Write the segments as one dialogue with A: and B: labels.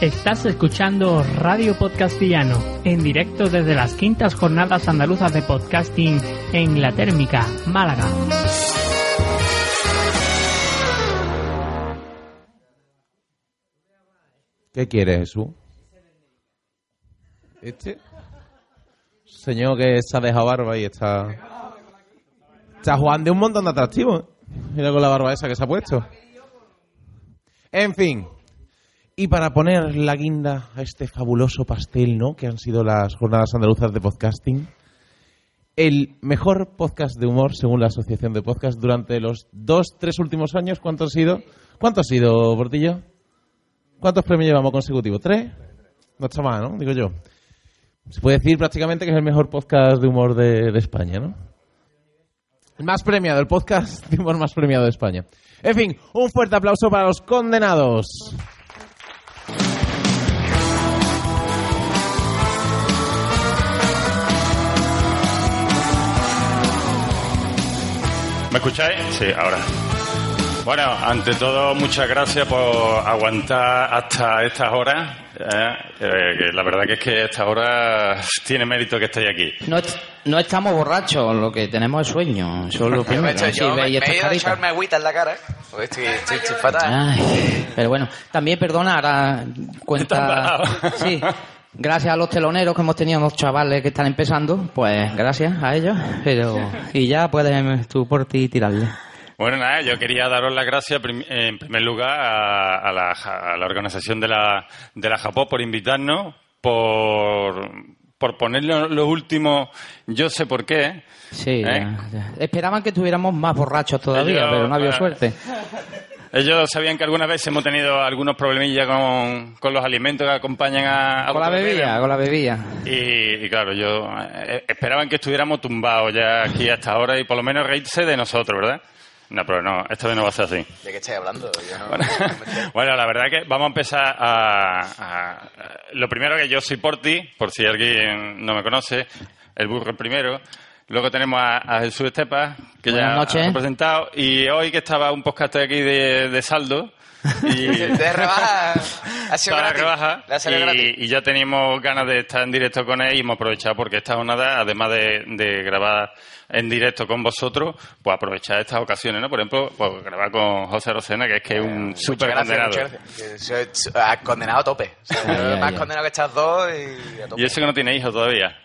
A: Estás escuchando Radio Podcastillano, en directo desde las quintas jornadas andaluzas de podcasting en La Térmica, Málaga.
B: ¿Qué quiere Jesús? ¿Este? Señor que se ha dejado barba y está. Está jugando de un montón de atractivos. ¿eh? Mira con la barba esa que se ha puesto. En fin. Y para poner la guinda a este fabuloso pastel, ¿no? Que han sido las jornadas andaluzas de podcasting. El mejor podcast de humor, según la Asociación de Podcast, durante los dos, tres últimos años, ¿cuánto ha sido? ¿Cuánto ha sido, Portillo? ¿Cuántos premios llevamos consecutivos? ¿Tres? No está mal, ¿no? Digo yo. Se puede decir prácticamente que es el mejor podcast de humor de, de España, ¿no? El más premiado, el podcast de humor más premiado de España. En fin, un fuerte aplauso para los condenados.
C: ¿Me escucháis? Sí, ahora. Bueno, ante todo, muchas gracias por aguantar hasta estas horas. ¿eh? Eh, que la verdad que es que a estas horas tiene mérito que estéis aquí.
D: No, est- no estamos borrachos, lo que tenemos es sueño. Eso es lo
E: Yo me, he
D: primero.
E: hecho-
D: Sí,
E: yo me-
D: veis
E: me
D: estas
E: he ido a
D: caritas.
E: echarme agüita en la cara. ¿eh? Porque estoy, estoy-
C: Ah.
E: estoy fatal.
D: Ay, pero bueno, también perdona, ahora cuenta. Sí, gracias a los teloneros que hemos tenido, los chavales que están empezando, pues gracias a ellos. Pero, y ya puedes tú por ti tirarle.
C: Bueno, nada, yo quería daros las gracias prim- en primer lugar a, a la, ja- a la organización de la, de la Japón por invitarnos, por, por ponernos los últimos, yo sé por qué.
D: Sí,
C: ¿Eh?
D: ya, ya. esperaban que estuviéramos más borrachos todavía,
C: Yo,
D: pero no había
C: eh,
D: suerte.
C: Ellos sabían que algunas veces hemos tenido algunos problemillas con, con los alimentos que acompañan a, a
D: Con la
C: los bebés.
D: bebida, con la bebida.
C: Y, y claro, yo eh, esperaban que estuviéramos tumbados ya aquí hasta ahora y por lo menos reírse de nosotros, ¿verdad? No, pero no, esta vez no va a ser así.
E: ¿De qué estáis hablando? Yo no-
C: Bueno, bueno, la verdad que vamos a empezar a, a- Lo primero que yo soy Porti, por si alguien no me conoce, el burro el primero. Luego tenemos a, a Jesús Estepa, que
D: Buenas
C: ya
D: noches.
C: ha presentado. Y hoy que estaba un podcast aquí de, de saldo. Y,
E: De rebaja. Ha
C: Está
E: sido
C: la
E: gratis.
C: rebaja
E: Le ha salido gratis.
C: y, y ya teníamos ganas de estar en directo con él y hemos aprovechado porque esta jornada, además de, de grabar en directo con vosotros, pues aprovechar estas ocasiones, ¿no? Por ejemplo, pues grabar con José Rosena, que es que es un
E: Muchas
C: súper
E: gracias,
C: condenado.
E: muchas gracias. Soy- soy- ah, condenado a tope. O sea, yo
D: Ay, ay,
E: más
D: ay.
E: condenado que estas dos y a tope.
C: Y eso que no tiene hijos todavía.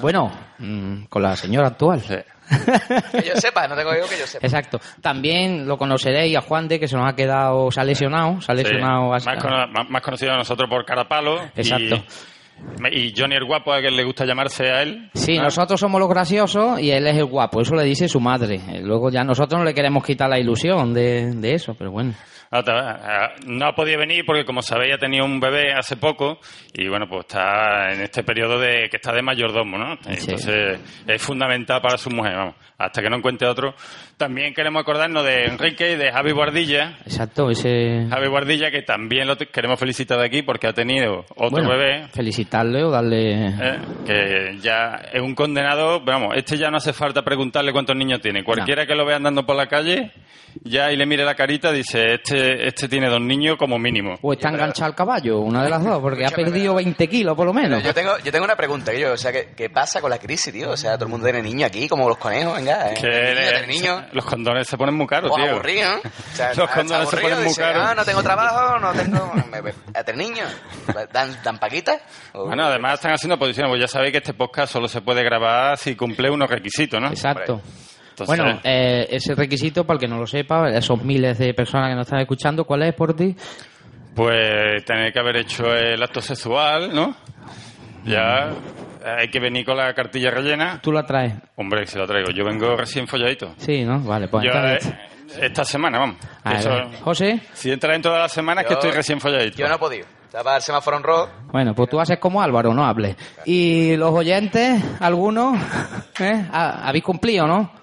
D: Bueno, mm, con la señora actual.
E: Que yo sepa, no tengo digo que yo sepa.
D: Exacto. También lo conoceréis a Juan de que se nos ha quedado, se ha lesionado, se ha
C: Sí.
D: lesionado.
C: Más,
D: hasta-
C: cono- más- más conocido a nosotros por Carapalo.
D: Exacto.
C: Y, me- y Johnny el Guapo, a quien le gusta llamarse a él.
D: Sí,
C: ¿no?
D: nosotros somos los graciosos y él es el guapo, eso le dice su madre. Eh, Luego ya nosotros no le queremos quitar la ilusión de, de eso, pero bueno.
C: Ah, ta- ah, No ha podido venir porque, como sabéis, ha tenido un bebé hace poco y, bueno, pues está en este periodo de que está de mayordomo, ¿no? Entonces, es fundamental para su mujer, vamos, hasta que no encuentre otro. También queremos acordarnos de Enrique y de Javi Guardilla.
D: Exacto, ese...
C: Javi Guardilla, que también lo te- queremos felicitar de aquí porque ha tenido otro
D: Bueno,
C: bebé.
D: Felicitarle o darle...
C: ¿eh? que ya es un condenado, vamos, este ya no hace falta preguntarle cuántos niños tiene. Cualquiera que lo vea andando por la calle, ya y le mire la carita, dice, este, este tiene dos niños como mínimo.
D: O está enganchado al caballo, una de las dos, porque ha
E: Escúchame,
D: perdido 20 kilos por lo menos.
E: Yo tengo, yo tengo una pregunta, que yo, o sea, ¿qué, qué pasa con la crisis, tío? O sea, todo el mundo tiene niños aquí, como los conejos, venga. ¿eh?
C: Que le-
E: Tiene niños, tiene niños.
C: Los condones se ponen muy caros,
E: Pues
C: tío.
E: aburrido, ¿no? O sea,
C: Los
E: está- está
C: condones se
E: aburrido,
C: ponen muy
E: dice,
C: caros.
E: "Ah, no tengo trabajo, no tengo... Me, me- ¿A tres niños? ¿Dan, dan paquitas? O-
C: Bueno, además están haciendo posiciones, pues ya sabéis que este podcast solo se puede grabar si cumple unos requisitos, ¿no?
D: Exacto.
C: Entonces-
D: bueno, eh, ese requisito, para el que no lo sepa, esos miles de personas que nos están escuchando, ¿cuál es por ti?
C: Pues tener que haber hecho el acto sexual, ¿no? Ya hay que venir con la cartilla rellena.
D: Tú la traes.
C: Hombre, que se lo traigo. Yo vengo recién folladito.
D: Sí, ¿no? Vale, pues
C: Yo,
D: entonces-
C: eh, esta semana, vamos.
D: A ver,
C: Eso-
D: José,
C: si entra dentro de las semanas que
E: Yo-
C: estoy recién folladito.
E: Yo no he podido. Estaba el semáforo en rojo.
D: bueno, pues tú haces como Álvaro, no hables. ¿Y los oyentes, algunos, eh, ha- habéis cumplido, no?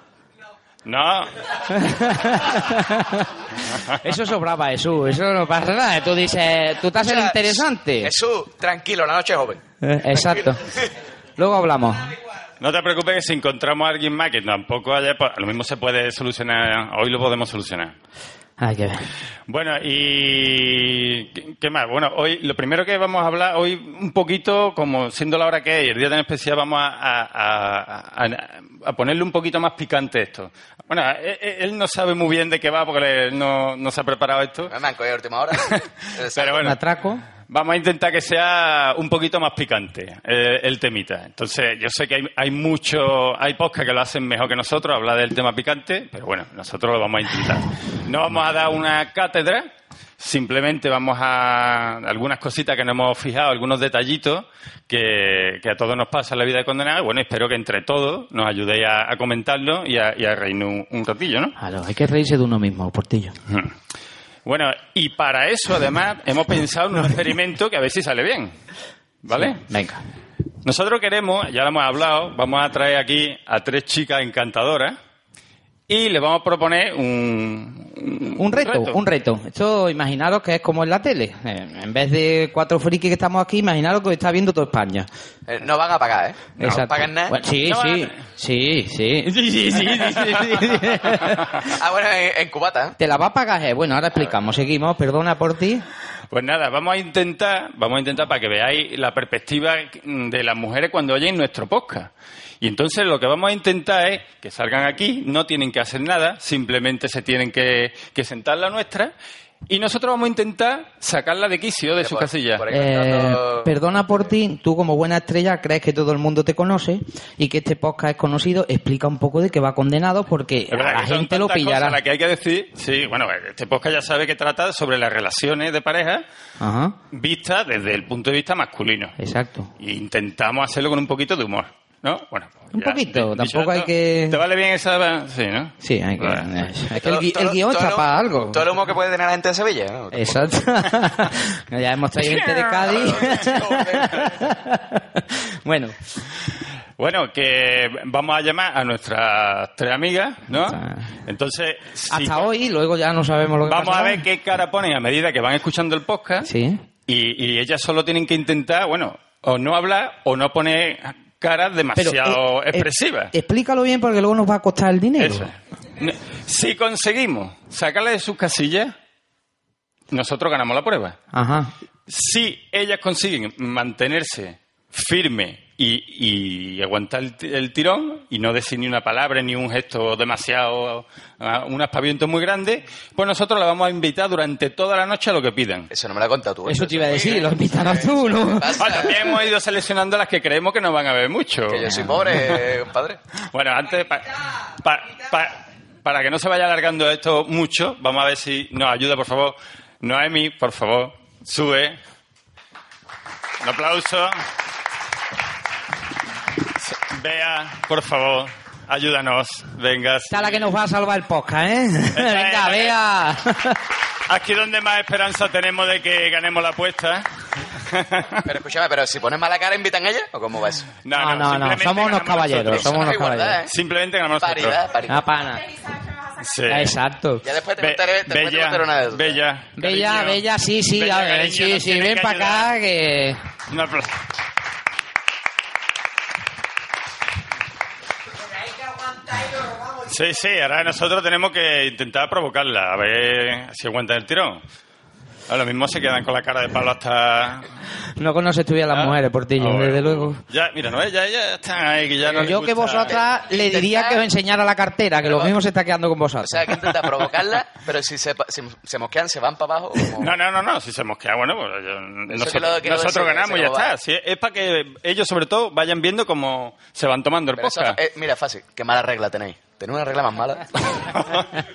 C: No,
D: Eso sobraba, Jesús, eso no pasa nada. Tú dices, tú te haces
E: O sea,
D: interesante.
E: Jesús, tranquilo, la noche es joven.
D: Eh, Exacto. Luego hablamos.
C: No te preocupes que si encontramos a alguien más que tampoco haya, pues, lo mismo se puede solucionar, hoy lo podemos solucionar.
D: Hay que ver.
C: Bueno, y ¿qué- qué más. Bueno, hoy lo primero que vamos a hablar hoy un poquito, como siendo la hora que es, y el día tan especial, vamos a, a- a- a- a ponerle un poquito más picante esto. Bueno, él, él- él no sabe muy bien de qué va porque él no, no se ha preparado esto.
E: No me han cogido a última hora.
C: Pero
D: Un
C: bueno,
D: atraco.
C: Vamos a intentar que sea un poquito más picante eh, el temita. Entonces, yo sé que hay, hay mucho, hay podcasts que lo hacen mejor que nosotros, hablar del tema picante, pero bueno, nosotros lo vamos a intentar. No vamos a dar una cátedra, simplemente vamos a algunas cositas que nos hemos fijado, algunos detallitos que, que a todos nos pasa en la vida de condenado. Bueno, espero que entre todos nos ayudéis a, a comentarlo y a, y a reírnos un- un ratillo, ¿no?
D: Claro, hay que reírse de uno mismo, Portillo.
C: Bueno, y para eso, además, hemos pensado en un experimento que a ver si sale bien. ¿Vale?
D: Venga.
C: Nosotros queremos, ya lo hemos hablado, vamos a traer aquí a tres chicas encantadoras y le vamos a proponer un, un-
D: Un reto, un reto. Esto, imaginaros que es como en la tele. Eh, En vez de cuatro frikis que estamos aquí, imaginaros que está viendo toda España.
E: Eh, no van a pagar, ¿eh? No
D: Exacto.
E: pagan nada.
D: Bueno, sí,
C: No
D: sí,
C: van a-
D: sí, sí, sí, sí, sí, sí, sí, sí.
E: Ah, bueno, en, en cubata, ¿eh?
D: Te la va a pagar, eh. Bueno, ahora explicamos. Seguimos, perdona por ti.
C: Pues nada, vamos a intentar, vamos a intentar para que veáis la perspectiva de las mujeres cuando oyen nuestro podcast. Y entonces lo que vamos a intentar es que salgan aquí, no tienen que hacer nada, simplemente se tienen que, que sentar la nuestra. Y nosotros vamos a intentar sacarla de quicio, de
E: Que
C: su
E: por-
C: casilla.
E: por
D: Eh,
E: ejemplo,
D: perdona por ti, tú como buena estrella crees que todo el mundo te conoce y que este podcast es conocido. Explica un poco de que va condenado porque
C: Es verdad
D: a la
C: que son
D: gente lo
C: tantas
D: pillará.
C: cosas las que hay que decir, sí, bueno, este podcast ya sabe que trata sobre las relaciones de pareja
D: Ajá,
C: vistas desde el punto de vista masculino.
D: exacto.
C: Y intentamos hacerlo con un poquito de humor, ¿no? Bueno, pues
D: Un
C: ya,
D: poquito,
C: di-
D: tampoco
C: dicho
D: hay
C: esto,
D: que-
C: ¿Te vale bien esa...? Sí, ¿no?
D: Sí, hay que,
C: Vale.
D: es que
E: todo-
D: el, gui-
E: todo-
D: el guión
E: todo
D: está
E: lo-
D: para algo. Eh.
E: Todo el humo que puede tener la gente de Sevilla, ¿no?
D: Exacto. ya hemos traído gente de Cádiz. bueno,
C: Bueno, que vamos a llamar a nuestras tres amigas, ¿no?
D: Hasta-
C: Entonces, si-
D: hasta hoy, luego ya no sabemos lo que
C: vamos a
D: pasará.
C: ver qué cara ponen a medida que van escuchando el podcast.
D: Sí. ¿eh?
C: Y, y ellas solo tienen que intentar, bueno, o no hablar o no poner caras
D: Pero,
C: demasiado
D: eh, eh,
C: expresivas.
D: explícalo bien porque luego nos va a costar el dinero.
C: Eso. No, Si conseguimos sacarlas de sus casillas, nosotros ganamos la prueba.
D: Ajá.
C: Si ellas consiguen mantenerse firme y, y aguantar el, ti- el tirón y no decir ni una palabra ni un gesto demasiado, ah, un aspaviento muy grande, pues nosotros la vamos a invitar durante toda la noche a lo que pidan.
E: Eso no me lo has contado tú. ¿eh?
D: Eso te iba a decir, lo invitarás tú, ¿no?
E: Pasa,
C: Ah, también hemos ido seleccionando las que creemos que no van a ver mucho.
E: Que yo soy pobre, eh, compadre.
C: Bueno, antes, pa- pa- pa- para que no se vaya alargando esto mucho, vamos a ver si nos ayuda, por favor. Noemi, por favor, sube. Un aplauso. Bea, por favor, ayúdanos. Venga.
D: Esta es la que nos va a salvar el podcast, ¿eh?
C: es,
D: Venga,
C: la que-
D: vea.
C: Aquí donde más esperanza tenemos de que ganemos la apuesta.
E: Pero escúchame, pero si pones mala cara, ¿invitan a ella? ¿O cómo va eso?
D: No, no, no,
C: simplemente
D: somos unos
C: ganamos
D: caballeros,
C: nosotros.
D: somos unos
E: Igualdad, ¿eh?
D: caballeros.
C: Simplemente ganamos nosotros.
E: Paridad, paridad.
D: Una pana.
C: Sí.
D: Exacto.
E: Ya después te
C: Be-
E: contaré, te
C: bella,
E: contaré una de eso.
C: Bella.
D: Bella,
C: cariño.
D: bella, sí, sí,
C: Bella,
D: a ver,
C: cariño,
D: sí,
C: nos
D: sí,
C: tiene
D: ven
C: que
D: para
C: ayudar.
D: acá que...
C: Un aplauso. Sí, sí, ahora nosotros tenemos que intentar provocarla, a ver si aguanta el tirón. Ahora mismo se quedan con la cara de palo hasta...
D: No conoces tú bien a las mujeres, Portillo,
C: Ah, bueno.
D: desde luego.
C: Ya, mira, no, ya, ya están ahí, que ya no les
D: Yo que
C: gusta.
D: vosotras le diría que os enseñara la cartera, que lo mismo se está quedando con
E: O
D: vosotras.
E: sea, que intenta provocarla, pero si se, pa- si se mosquean, se van para abajo. como-
C: No, no, no, no, si se mosquea, bueno, pues, yo-
E: que
C: nosotros,
E: lo- que lo
C: nosotros
E: decide,
C: ganamos,
E: ese
C: ya
E: no va.
C: está. Sí, es para que ellos, sobre todo, vayan viendo cómo se van tomando el
E: Pero eso-
C: podcast.
E: eh, mira, fácil, qué mala regla tenéis. ¿Tenéis una regla más mala?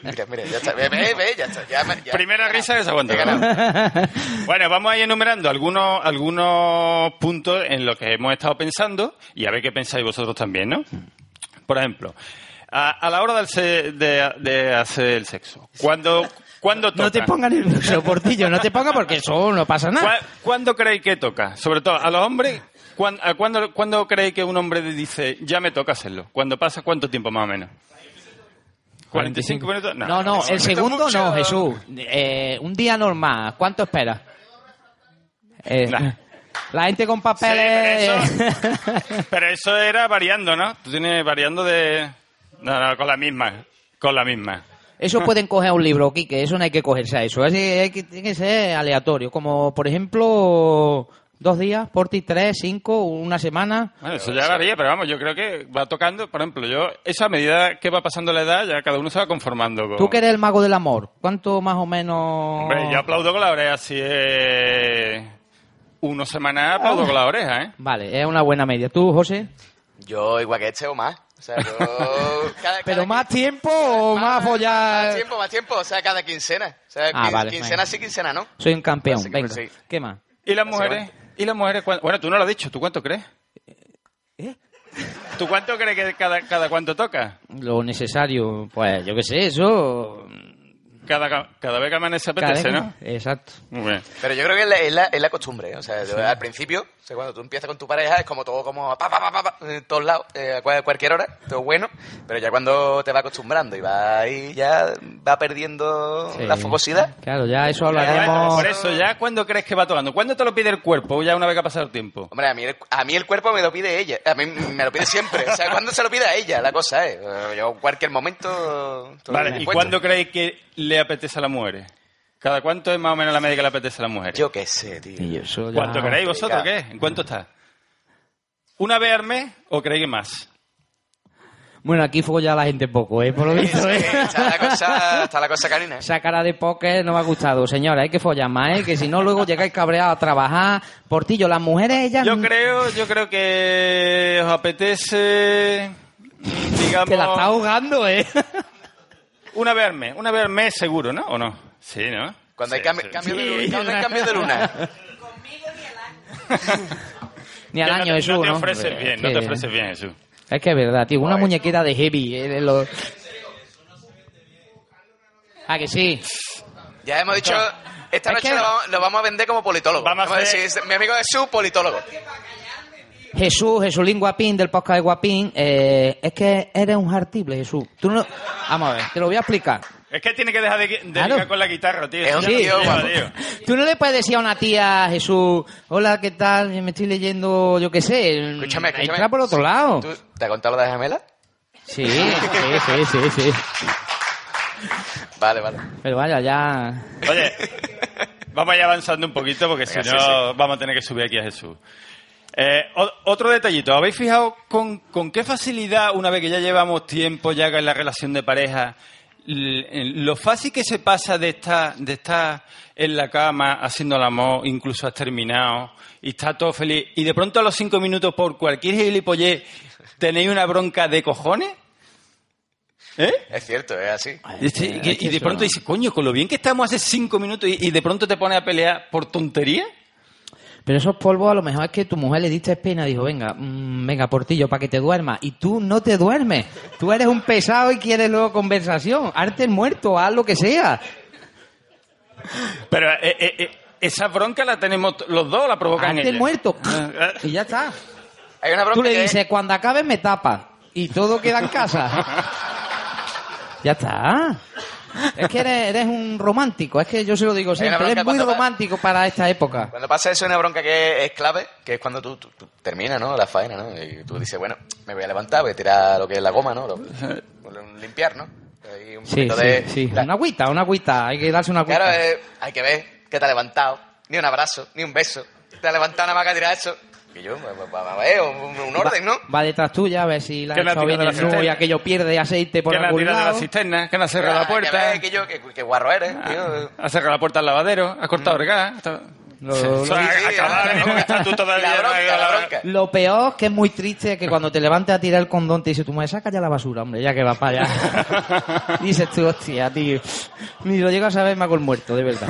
E: mira, mira, ya está. Ve, ve, ve, ya está. Ya, me- ya.
C: Primera risa que se aguanta.
E: He ganado.
C: bueno, vamos a ir enumerando algunos, algunos puntos en los que hemos estado pensando y a ver qué pensáis vosotros también, ¿no? Por ejemplo, a, a la hora del se- de, de hacer el sexo, cuando cuando toca?
D: No te pongas nervioso, Portillo, no te pongas porque eso no pasa
C: ¿Cuá-
D: nada.
C: ¿Cuándo creéis que toca? Sobre todo a los hombres, ¿cuán- a ¿cuándo, cuándo creéis que un hombre dice, ya me toca hacerlo? ¿Cuándo pasa cuánto tiempo más o menos? ¿45 minutos? No,
D: No, no, el segundo
E: mucho.
D: no, Jesús. Eh, un día normal, ¿cuánto esperas? Eh,
C: Nah.
D: La gente con
C: pero
D: papeles...
C: Pero eso era variando, ¿no? Tú tienes variando de... No, no, con la misma. Con la misma.
D: Eso pueden coger un libro, Quique, eso no hay que cogerse a eso. Es, hay que, tiene que ser aleatorio. Como, por ejemplo, dos días, Porti tres, cinco, una semana.
C: Bueno, eso ya varía, pero vamos, yo creo que va tocando, por ejemplo, yo, esa medida que va pasando la edad, ya cada uno se va conformando con...
D: Tú que eres el mago del amor, ¿cuánto más o menos...?
C: Hombre, yo aplaudo con la oreja, si es uno semanal, aplaudo con la oreja, ¿eh?
D: Vale, es una buena media. ¿Tú, José?
E: Yo igual que este o más. O sea, yo... cada- cada
D: ¿Pero
E: quin-
D: más tiempo o más
E: Más
D: follar?
E: tiempo, más tiempo. O sea, cada quincena. O sea,
D: Ah,
E: quin-
D: vale,
E: quincena
D: venga.
E: sí, quincena no.
D: Soy un campeón,
E: Así que
D: venga.
E: sí.
D: ¿Qué más?
C: ¿Y las mujeres? ¿Y las mujeres? cuán- Bueno, tú no lo has dicho, ¿tú cuánto crees?
D: ¿Eh?
C: ¿Tú cuánto crees que cada, cada cuánto toca?
D: Lo necesario, pues yo qué sé, eso...
C: Cada, cada vez que amanece apetece,
D: Cada
C: ¿no?
D: vez que- Exacto.
C: Muy bien.
E: Pero yo creo que es la, es la, es la costumbre. ¿eh? O sea, yo- al principio, o sea, cuando tú empiezas con tu pareja, es como todo como pa, pa, pa, pa, pa, en todos lados, eh, a cual- cualquier hora, todo bueno. Pero ya cuando te vas acostumbrando y va ahí, ya va perdiendo
D: Sí.
E: la focosidad.
D: Eh, Claro, ya eso
C: Ya,
D: hablaremos...
C: Por eso, ¿ya cuándo crees que va tocando? ¿Cuándo te lo pide el cuerpo? Ya una vez que ha pasado el tiempo.
E: Hombre, a mí, el, a mí el cuerpo me lo pide ella. A mí me lo pide siempre. O sea, ¿cuándo se lo pide a ella? La cosa es. eh, Yo en cualquier momento. estoy
C: Vale, ¿y
E: dispuesto.
C: cuándo creéis que le apetece a la mujer? ¿Cada cuánto es más o menos la media que le apetece a la mujer?
E: Yo qué sé, tío.
D: Y eso ya-
C: ¿Cuánto creéis vosotros? ¿Qué?
E: complicado.
C: ¿En cuánto está? ¿Una vez al mes o creéis que más?
D: Bueno, aquí folla la gente poco, ¿eh? Por lo visto, ¿eh?
E: Está la cosa, está la cosa canina. ¿eh?
D: Esa cara de póker no me ha gustado, señora. Hay que follar más, ¿eh? Que si no, luego llegáis cabreados a trabajar. Portillo, las mujeres, ellas...
C: Yo creo, yo creo que os apetece, digamos,
D: Que la está ahogando, ¿eh?
C: una vez al mes, una vez al mes seguro, ¿no? ¿O no? Sí, ¿no?
E: Cuando hay
C: Sí,
E: cambio,
C: sí.
E: cambio de
D: Sí,
E: luna, cuando hay
D: una-
E: cambio de luna.
D: Ni al
C: Que no
D: año,
C: te,
D: Jesús,
C: no te
D: ¿no?
C: ofreces
D: Hombre, ¿eh?
C: bien,
D: es
C: no te
D: que-
C: ofreces bien, Jesús.
D: Es que es verdad, tío. Una muñequera de heavy. eh, de los- Ah, que sí.
E: Ya hemos dicho, esta
D: Es
E: noche
D: que-
E: lo vamos, lo vamos a vender como politólogo.
C: Vamos a
E: Vamos a
C: hacer-
E: decir, es- mi amigo Jesús, politólogo.
D: Jesús, Jesulín Guapín, del podcast de Guapín. eh, es que eres un hartible, Jesús. Tú no... Vamos a ver, te lo voy a explicar.
C: Es que tiene que dejar de, de
D: Claro.
C: ligar con la guitarra, tío.
E: Es un
C: Ya lo
E: tío
C: lleva,
E: guapo.
C: tío.
D: Tú no le puedes decir a una tía, Jesús, hola, ¿qué tal? Me estoy leyendo, yo qué sé.
E: Escúchame, escúchame.
D: Entra por otro lado.
E: ¿Tú te has contado lo de Gemela?
D: Sí, sí, sí, sí, sí.
E: Vale, vale.
D: Pero vaya, ya...
C: Oye, vamos a ir avanzando un poquito porque si
E: Venga,
C: no
E: sí, sí.
C: vamos a tener que subir aquí a Jesús. Eh, o- otro detallito, ¿habéis fijado con, con qué facilidad, una vez que ya llevamos tiempo ya en la relación de pareja, l- en lo fácil que se pasa de estar, de estar en la cama haciendo el amor, incluso has terminado y está todo feliz, y de pronto a los cinco minutos por cualquier gilipollez tenéis una bronca de cojones? ¿Eh?
E: Es cierto, es así.
C: Y, este- y que- y de pronto dices, coño, con lo bien que estamos hace cinco minutos y, y de pronto te pones a pelear por tontería.
D: Pero esos polvos a lo mejor es que tu mujer le diste espina y dijo, venga, mm, venga, portillo, para que te duermas. Y tú no te duermes. Tú eres un pesado y quieres luego conversación. Arte el muerto, haz lo que sea.
C: Pero eh, eh, eh, esa bronca la tenemos t- los dos, la provocan
D: Arte el
C: ellas.
D: muerto.
C: Ah, ah.
D: Y ya está.
E: Hay una bronca
D: Tú le
E: que-
D: dices, cuando acabes me tapas. Y todo queda en casa. ya está. Es que eres, eres un romántico. Es que yo se lo digo
E: una
D: siempre.
E: bronca
D: Eres muy
E: cuando va-
D: romántico para esta época.
E: Cuando pasa eso, hay una bronca que es clave, que es cuando tú, tú- tú terminas, ¿no? La faena, ¿no? Y tú dices, bueno, me voy a levantar, voy a tirar lo que es la goma, ¿no? Lo- lo- limpiar, ¿no? Ahí un
D: Sí,
E: poquito
D: sí,
E: de-
D: sí.
E: la-
D: Una agüita, una agüita. Hay que darse una agüita.
E: Claro, eh, hay que ver que te ha levantado. Ni un abrazo, ni un beso. Te ha levantado nada más que tirar eso. Y yo, va- va- va- va- eh, un, un orden, ¿no?
D: Va detrás tuya a ver si la
C: Que la
D: ha hecho
C: tira
D: bien
C: de la
D: el nudo y
C: cisterna.
D: aquello pierde aceite por
C: que la han
D: algún
C: tirado de la
D: lado.
C: cisterna, que la han cerrado
E: Ah,
C: la puerta.
E: Que, ve, que yo, que, que guarro eres,
D: Ah.
E: tío.
C: Ha cerrado la puerta al lavadero, ha cortado
D: Mm.
C: el gas. está-
D: Lo-
C: O sea,
E: Sí,
C: a-
E: sí,
C: acabar,
E: la
C: ¿eh? Porque estás tú todavía
E: La
C: en
E: bronca,
C: la-
E: la bronca.
D: Lo peor, que es muy triste, es que cuando te levantes a tirar el condón te dice tu madre, saca ya la basura, hombre, ya que va para allá. Dices tú, hostia, tío. Ni lo llego a saber, me hago el muerto, de verdad.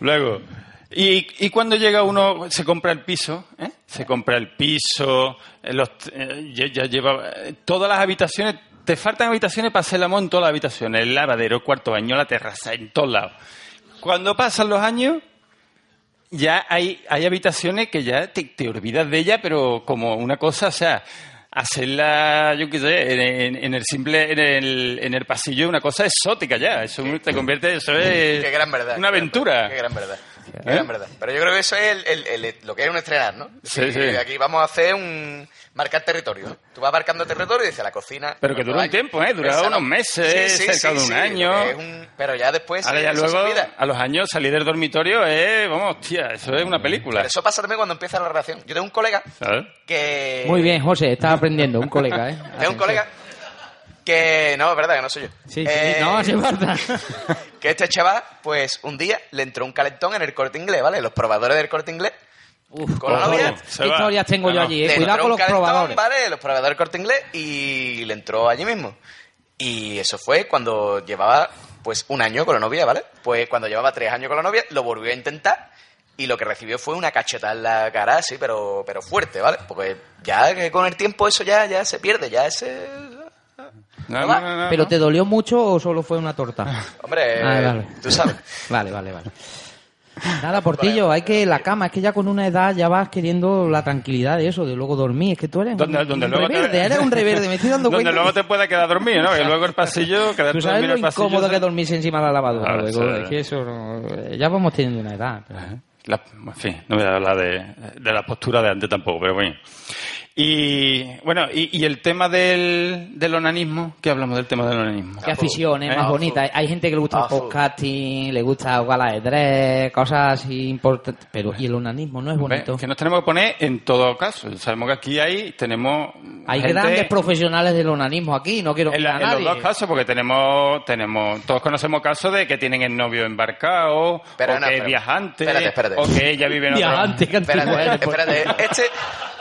C: Luego, y, y cuando llega uno, se compra el piso, ¿eh? se compra el piso, eh, los, eh, ya, ya lleva eh, todas las habitaciones, te faltan habitaciones para hacer el amor en todas las habitaciones, el lavadero, el cuarto baño, la terraza, en todos lados. Cuando pasan los años, ya hay, hay habitaciones que ya te, te olvidas de ella, pero como una cosa, o sea, hacerla, yo qué sé, en, en- en el simple, en el, en el pasillo, una cosa exótica ya. Eso te convierte, eso es
E: Qué gran
C: una
E: verdad. qué gran-
C: aventura. ¿Eh?
E: Qué gran verdad.
D: gracias.
E: Era en verdad. Pero yo creo que eso es el- el- el- lo que es un estrenar, ¿no?
C: Sí,
E: Decir, eh,
C: sí.
E: Aquí vamos a hacer un... Marcar territorio. ¿no? Tú vas marcando territorio y dices la cocina...
C: Pero que
E: cuando
C: dura un
E: hay-
C: tiempo, ¿eh? Dura
E: Esa
C: unos meses, cerca de un año.
E: porque es un- Pero ya después...
C: Ahora
E: eh,
C: ya
E: eso
C: luego,
E: se olvida.
C: a los años, salir del dormitorio es, vamos, tía, eso es una película.
E: Pero eso pasa también cuando empieza la relación. Yo tengo un colega
C: ¿Sabes?
E: que...
D: Muy bien, José, estás aprendiendo, un colega, ¿eh?
E: Tengo un colega que... No, es verdad que no soy yo.
D: Sí, sí,
E: Eh,
D: no, hace falta.
E: Que este chaval, pues un día le entró un calentón en el corte inglés, ¿vale? Los probadores del corte inglés.
D: Uf,
E: Con la
D: cojones.
E: novia,
C: se
D: ¿Qué
C: va.
D: historias tengo yo
C: No,
D: allí,
E: le
D: eh? Cuidado
E: entró
D: con
E: un
D: los
E: calentón,
D: probadores.
E: ¿vale? Los probadores del corte inglés y le entró allí mismo. Y eso fue cuando llevaba, pues, un año con la novia, ¿vale? Pues cuando llevaba tres años con la novia, lo volvió a intentar. Y lo que recibió fue una cachetada en la cara, sí, pero, pero fuerte, ¿vale? Porque ya que con el tiempo eso ya, ya se pierde, ya ese...
C: No,
E: no
C: no,
E: va.
C: no, no,
D: ¿Pero
C: no.
D: te dolió mucho o solo fue una torta?
E: Hombre,
D: Ah, vale.
E: tú sabes.
D: Vale, vale, vale. Nada, Portillo, hay que la cama, es que ya con una edad ya vas queriendo la tranquilidad de eso, de luego dormir, es que tú eres
C: Donde-
D: un,
C: donde
D: un
C: luego te-
D: reverde, eres un reverde, me estoy dando
C: Donde
D: cuenta.
C: luego te pueda quedar dormido, ¿no? Y luego el pasillo, quedarte
D: Tú
C: dormido
D: sabes lo
C: en el pasillo.
D: incómodo que
C: ¿sabes?
D: dormirse encima de la lavadora,
C: Ahora,
D: luego,
C: sí.
D: es que eso no- ya vamos teniendo una edad. pero-
C: La- en fin, no voy a hablar de, de la postura de antes tampoco, pero bueno. Y bueno, y, y el tema del, del onanismo, ¿qué hablamos del tema del onanismo?
D: Qué afición, ¿eh?
C: Eh,
D: más
C: ojo.
D: bonita. Hay- Hay gente que le gusta el
E: Ojo.
D: podcasting, le gusta jugar al ajedrez, cosas así importantes. Pero, ¿y el onanismo no es
C: Ve,
D: bonito?
C: Que nos tenemos que poner en todo caso. Sabemos que aquí hay, tenemos.
D: Hay
C: gente
D: grandes profesionales del onanismo aquí, no quiero
C: En, la-
D: mirar a
C: en los
D: nadie.
C: dos casos, porque tenemos, tenemos, todos conocemos casos de que tienen el novio embarcado,
E: Pero
C: o
E: no,
C: que es
E: pero-
C: viajante,
E: espérate, espérate.
C: o que ella vive en otro.
D: Viajante, que antiguo eh, pues.
E: Espérate,
D: eres, por-
E: espérate. Este...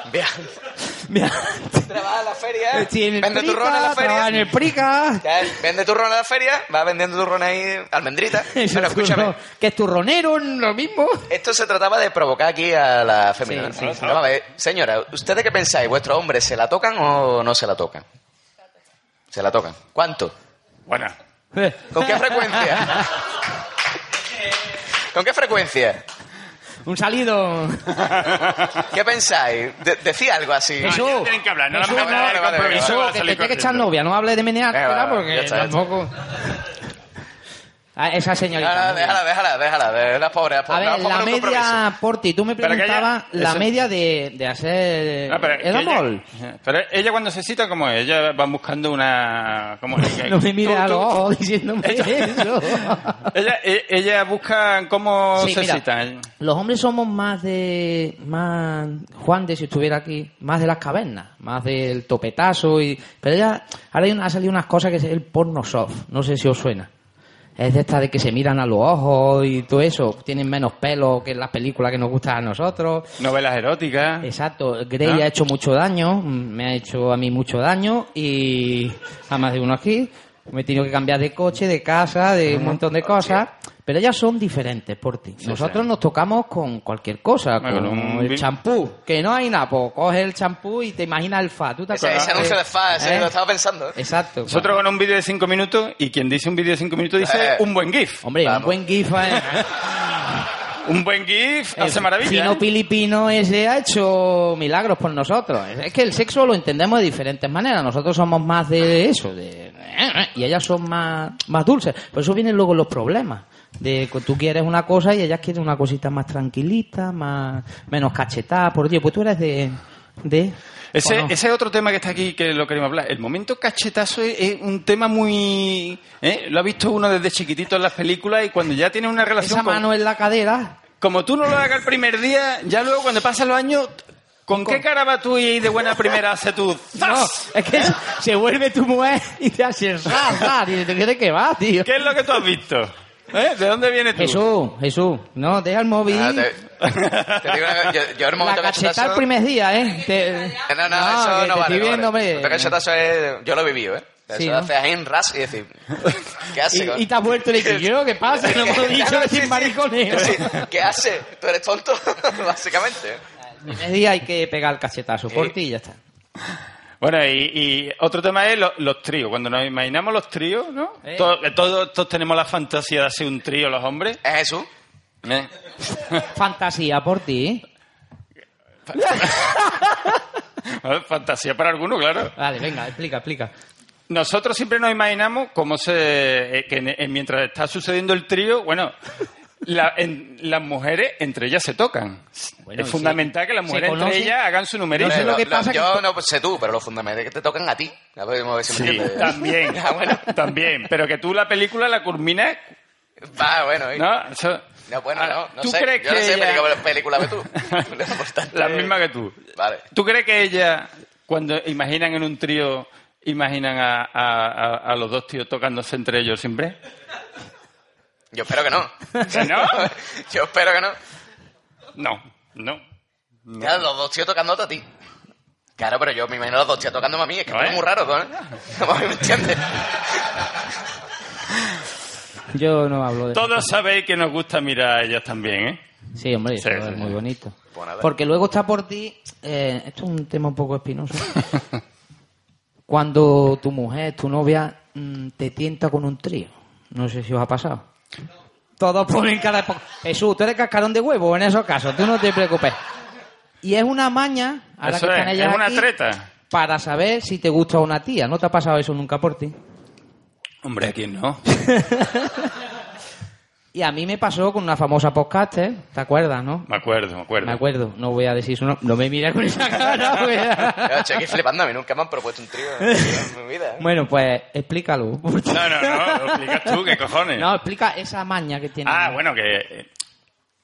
E: Vea,
D: Viajante.
E: trabaja en la feria,
D: Sí, en el
E: Eh, vende
D: Prica,
E: turrón en la feria.
D: Este trabaja en el Prica.
E: Ya, él vende turrón a la feria, va vendiendo turrón ahí, almendrita.
D: Es
E: Pero
D: un turrón,
E: escúchame,
D: que es turronero, lo mismo.
E: esto se trataba de provocar aquí a la femenina.
D: Sí, sí, sí.
E: Vamos a ver, señora, ¿ustedes qué pensáis? ¿Vuestros hombres se la tocan o no se la tocan? Se la tocan. ¿Cuánto?
C: Bueno,
E: ¿Con qué frecuencia? ¿Con qué frecuencia?
D: Un salido.
E: ¿Qué pensáis? De- decía algo así.
C: Eso- ya tienen que hablar, no
D: Jesús,
C: la
E: vamos a dar el compromiso,
D: Jesús,
C: va a salir
D: que te tiene que
C: corriendo. Eh,
D: echar novia, no hable de menear,
E: Venga,
D: ¿verdad?
E: va,
D: porque
E: ya está, ya está.
D: tampoco... Ah, esa
E: No,
D: señorita.
E: no,
D: muy bien.
E: déjala, déjala, déjala, de- las pobres, las
D: A
E: pobres.
D: ver,
E: las
D: la
E: pobres con compromiso.
D: media, Porti, tú me
C: Pero que ella-
D: preguntabas la
C: eso-
D: media de, de hacer
C: no, pero,
D: el
C: que ella,
D: amor.
C: pero ella cuando se cita, ¿cómo es? Ella va buscando una. ¿cómo es?
D: No me mires
C: Tú-
D: a
C: tú-
D: los ojos diciéndome eso.
C: Ella, e- ella busca cómo
D: Sí,
C: se
D: mira,
C: citan.
D: los hombres somos más de más Juan de si estuviera aquí, más de las cavernas, más del topetazo y pero ya ahora hay una- ha salido unas cosas que es el porno soft, no sé si os suena. Es de esta de que se miran a los ojos y todo eso, tienen menos pelo que en las películas que nos gustan a nosotros.
C: Novelas eróticas.
D: Exacto, Grey
C: ¿Ah?
D: ha hecho mucho daño, mm, me ha hecho a mí mucho daño y a más de uno aquí. Me he tenido que cambiar de coche, de casa, de un montón de cosas. Pero ellas son diferentes por ti. Nosotros nos tocamos con cualquier cosa,
C: Bueno,
D: con
C: con un
D: el
C: vi-
D: champú. Que no hay nada, pues coges el champú y te imaginas el fa. ¿Tú te
E: Ese,
D: acuerdas?
E: ese anuncio de fa, ese
D: ¿Eh?
E: lo estaba pensando.
D: Exacto.
C: Nosotros con un vídeo de cinco minutos y quien dice un vídeo de cinco minutos dice
E: Eh.
C: un buen GIF.
D: Hombre,
E: Vamos.
D: un buen gif. ¿eh?
C: Un buen GIF hace
D: El
C: maravilla. ¿eh?
D: Pino Filipino ese ha hecho milagros por nosotros. Es que el sexo lo entendemos de diferentes maneras. Nosotros somos más de eso, de... y ellas son más, más dulces. Por eso vienen luego los problemas. De que tú quieres una cosa y ellas quieren una cosita más tranquilita, más menos cachetada, por Dios. Pues tú eres de... de
C: Ese,
D: ¿o no?
C: ese es otro tema que está aquí que lo queremos hablar. El momento cachetazo es, es un tema muy. ¿eh? Lo ha visto uno desde chiquitito en las películas y cuando ya tienes una relación.
D: Esa
C: con-
D: mano en la cadera.
C: Como tú no lo hagas el primer día, ya luego cuando pasan los años, ¿con, qué cara vas tú y de buena primera hace tú?
D: No,
C: ¡zas!
D: es que se vuelve tu mujer y te hace ra, ra, y te crees que va, tío.
C: ¿Qué es lo que tú has visto? ¿Eh? ¿De dónde vienes tú?
D: Jesús, Jesús, no, deja el móvil.
E: Ah, te, te digo una cosa, yo, yo en el
D: La
E: momento
D: cacheta
E: cachetazo-
D: el primer día, ¿eh? Te-
E: No, no, eso
D: que
E: no
D: te
E: vale.
D: estoy
E: no
D: viendo,
E: vale.
D: hombre.
E: Pero cachetazo es... Yo lo he vivido, ¿eh? Eso
D: Sí,
E: lo
D: ¿no?
E: haces ahí en ras y decir... ¿Qué hace?
D: Y,
E: con-
D: y te has vuelto y le dices, yo, ¿qué pasa? No me lo he dicho,
E: Claro,
D: eres
E: sí,
D: sin
E: sí.
D: mariconeo.
E: Sí, ¿Qué hace? ¿Tú eres tonto? Básicamente.
D: El primer día hay que pegar el cachetazo por ti y ya está.
C: Bueno, y, y otro tema es lo- los tríos. Cuando nos imaginamos los tríos, ¿no?
D: Eh.
C: Todo- que todos, todos tenemos la fantasía de hacer un trío los hombres.
E: ¿Es Jesús?
C: ¿eh?
D: Fantasía por ti. ¿eh?
C: Ah, Fantasía para algunos, claro.
D: Vale, venga, explica, explica.
C: Nosotros siempre nos imaginamos cómo se. eh, que en- eh, mientras está sucediendo el trío, bueno. la- en- las mujeres entre ellas se tocan.
D: Bueno,
C: es
D: sí.
C: fundamental que las
D: Se
C: mujeres entre
D: conocen.
C: ellas hagan su numerito.
D: No sé lo que pasa que
E: Yo
D: to-
E: no sé tú, pero lo fundamental es que te tocan a ti. A ver, a ver si me
C: Sí,
E: entiendes.
C: también,
E: Ah, bueno.
C: también. Pero que tú la película la culminas,
E: Va, bueno. y-
C: ¿no? Eso-
E: No, bueno,
C: Ah,
E: no. no
C: ¿Tú
E: sé.
C: crees
E: yo no
C: que
E: sé
C: ella-
E: película, película ve tú. Lo importante
C: la
E: es-
C: misma que tú?
E: Vale.
C: ¿Tú crees que ella, cuando imaginan en un trío, imaginan a, a- a- a los dos tíos tocándose entre ellos siempre?
E: Yo espero que no.
C: ¿Que no?
E: Yo espero que no.
C: No, no.
E: Claro, los dos tíos tocando a ti. Claro, pero yo me imagino los dos tíos tocándome a mí. Es que
C: No,
E: es
C: ¿eh?
E: muy raro, ¿no? ¿Me entiendes?
D: Yo no hablo de
C: Todos sabéis que nos gusta mirar a ellas también, ¿eh?
D: Sí, hombre,
C: Sí,
D: eso
C: sí,
D: es
C: sí.
D: muy bonito.
E: Pues nada.
D: Porque luego está por ti, eh, esto es un tema un poco espinoso. Cuando tu mujer, tu novia, mm, te tienta con un trío. No sé si os ha pasado. Todos ponen cara de... po- Jesús, tú eres cascarón de huevo en esos casos, tú no te preocupes. Y es una maña, ahora
C: Eso
D: que
C: es,
D: están ellas
C: es una
D: aquí,
C: treta.
D: para saber si te gusta una tía. ¿No te ha pasado eso nunca por ti?
C: Hombre, ¿a quién no?
D: Y a mí me pasó con una famosa podcaster, ¿te acuerdas, no?
C: Me acuerdo, me acuerdo.
D: Me acuerdo, no voy a decir su nombre. No me mires con esa cara, güey.
E: Yo estoy aquí flipando. A mí nunca me han propuesto un trío en mi vida. ¿eh?
D: Bueno, pues explícalo.
C: No, no, no, lo explicas tú, ¿qué cojones?
D: No, explica esa maña que tiene.
C: Ah, bueno, que eh,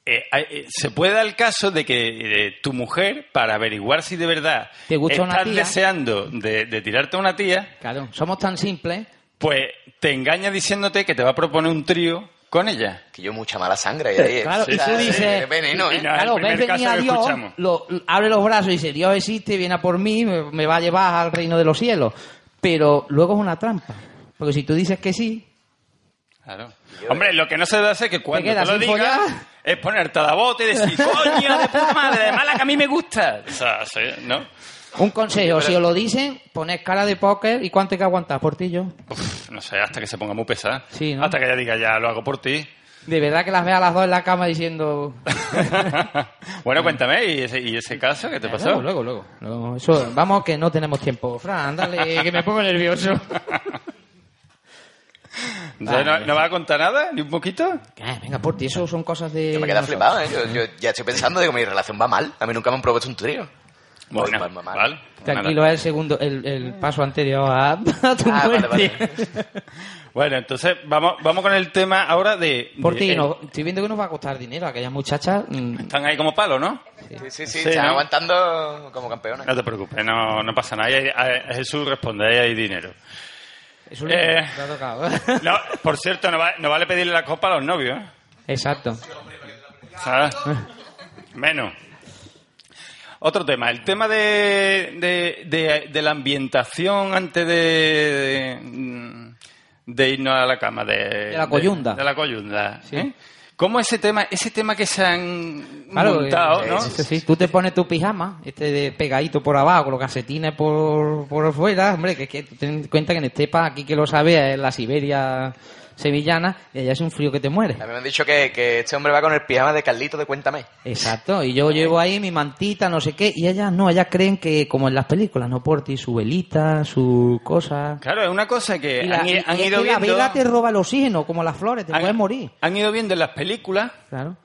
C: eh, eh, se puede dar el caso de que eh, tu mujer, para averiguar si de verdad
D: ¿Te gusta una
C: estás
D: tía?
C: deseando de, de tirarte a una tía,
D: Claro, somos tan simples.
C: pues te engaña diciéndote que te va a proponer un trío con ella.
E: Que yo mucha mala sangre. Y ahí, ¿eh?
D: Claro, y
E: o sea,
D: tú dices-
E: es veneno,
C: Y
E: ¿eh?
C: no, el
D: claro,
C: primer
D: ves venir
C: caso
D: a
C: que
D: Dios,
C: escuchamos.
D: lo- abre los brazos y dice, Dios existe, viene a por mí, me, me va a llevar al reino de los cielos. Pero luego es una trampa. Porque si tú dices que sí,
C: Claro. Hombre, lo que no se debe hacer es que cuando te,
D: quedas
C: lo
D: sin
C: digas
D: follar.
C: es ponerte a la bota y decir, coño, de puta madre, de mala que a mí me gusta. O sea, sí, ¿no?
D: un consejo, si os lo dicen, poned cara de póker y cuánto hay que aguantar, portillo.
C: Uf, no sé, hasta que se ponga muy pesada.
D: Sí, ¿no?
C: Hasta que ella diga, ya lo hago por ti.
D: De verdad que las veo a las dos en la cama diciendo...
C: bueno, cuéntame, ¿y ese, y ese caso qué te pasó?
D: Luego, luego, luego. Luego, eso- vamos que no tenemos tiempo. Fran, dale, que me pongo nervioso.
C: Entonces, ¿no, no vas a contar nada? ¿Ni un poquito?
D: Ah, venga, por ti, eso son cosas de...
E: Yo me queda
D: nosotros.
E: flipado, ¿eh? Yo, yo ya estoy pensando, digo, mi relación va mal. A mí nunca me han propuesto un trío. Voy mal, mal, mal.
C: vale.
D: Tranquilo,
C: ¿eh? Nada.
D: es el segundo, el, el paso anterior a, a tu
E: Ah, vale,
D: muerte.
E: vale.
C: Bueno, entonces vamos, vamos con el tema ahora de...
D: Por
C: de-
D: ti,
C: eh,
D: no, estoy viendo que nos va a costar dinero aquella muchacha. mm,
C: Están ahí como palo, ¿no?
E: Sí, sí, sí.
C: Sí,
E: están
C: ¿no?
E: aguantando como campeones.
C: No te preocupes, no, no pasa nada. Ahí hay- a- Jesús responde, ahí hay dinero.
D: eso le-
C: Eh.
D: le ha tocado.
C: No, por cierto, no, va- no vale pedirle la copa a los novios. ¿eh?
D: Exacto.
C: Ah, Menos. Otro tema, el tema de, de, de- de la ambientación antes de, de, de irnos a la cama. De,
D: la coyunda.
C: De, la coyunda.
D: Sí.
C: ¿eh? ¿Cómo ese tema, ese tema que se han
D: Claro,
C: montado,
D: eh,
C: no?
D: eso sí, tú te pones tu pijama, este de pegadito por abajo, con los calcetines por, por fuera. Hombre, que, es que ten en cuenta que en Estepa, aquí que lo sabe, es la Siberia sevillana, y allá es un frío que te muere.
E: A mí me han dicho que, que este hombre va con el pijama de Carlito de Cuéntame.
D: Exacto, y yo llevo ahí mi mantita, no sé qué, y ellas no, ellas creen que, como en las películas, no por ti, su velita, su cosa.
C: Claro, es una cosa que
D: Y la,
C: Eh, han, i-
D: y-
C: han
D: y es
C: ido
D: que la
C: viendo.
D: vela te roba el oxígeno, como las flores, te
C: han-
D: puedes morir.
C: Han ido viendo en las películas,
D: Claro.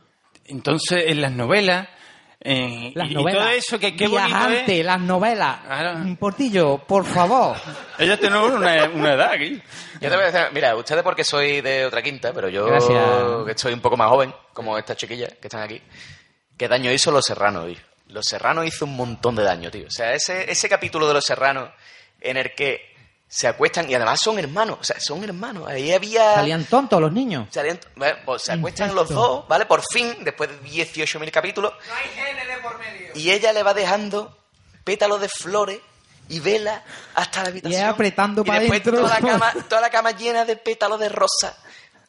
C: entonces en las novelas. eh,
D: Las
C: y, y
D: novelas.
C: todo eso, que qué bonito
D: Viajante,
C: es.
D: las novelas.
C: Claro.
D: Portillo, por favor.
C: Ellas tienen una, una edad aquí.
E: Yo te voy a decir, mira, ustedes porque soy de otra quinta, pero yo
D: Gracias.
E: que soy un poco más joven, como estas chiquillas que están aquí, ¿qué daño hizo Los Serranos, tío? Los Serranos hizo un montón de daño, tío. O sea, ese, ese capítulo de Los Serranos en el que se acuestan, y además son hermanos, o sea, son hermanos. Ahí había...
D: Salían tontos los niños.
E: salían- bueno, pues se acuestan los dos, ¿vale? Por fin, después de 18.000 capítulos. Y ella le va dejando pétalos de flores y velas hasta la habitación.
D: apretando
E: Y
D: pa'
E: después
D: dentro.
E: Toda la, cama, toda la cama llena de pétalos de rosa.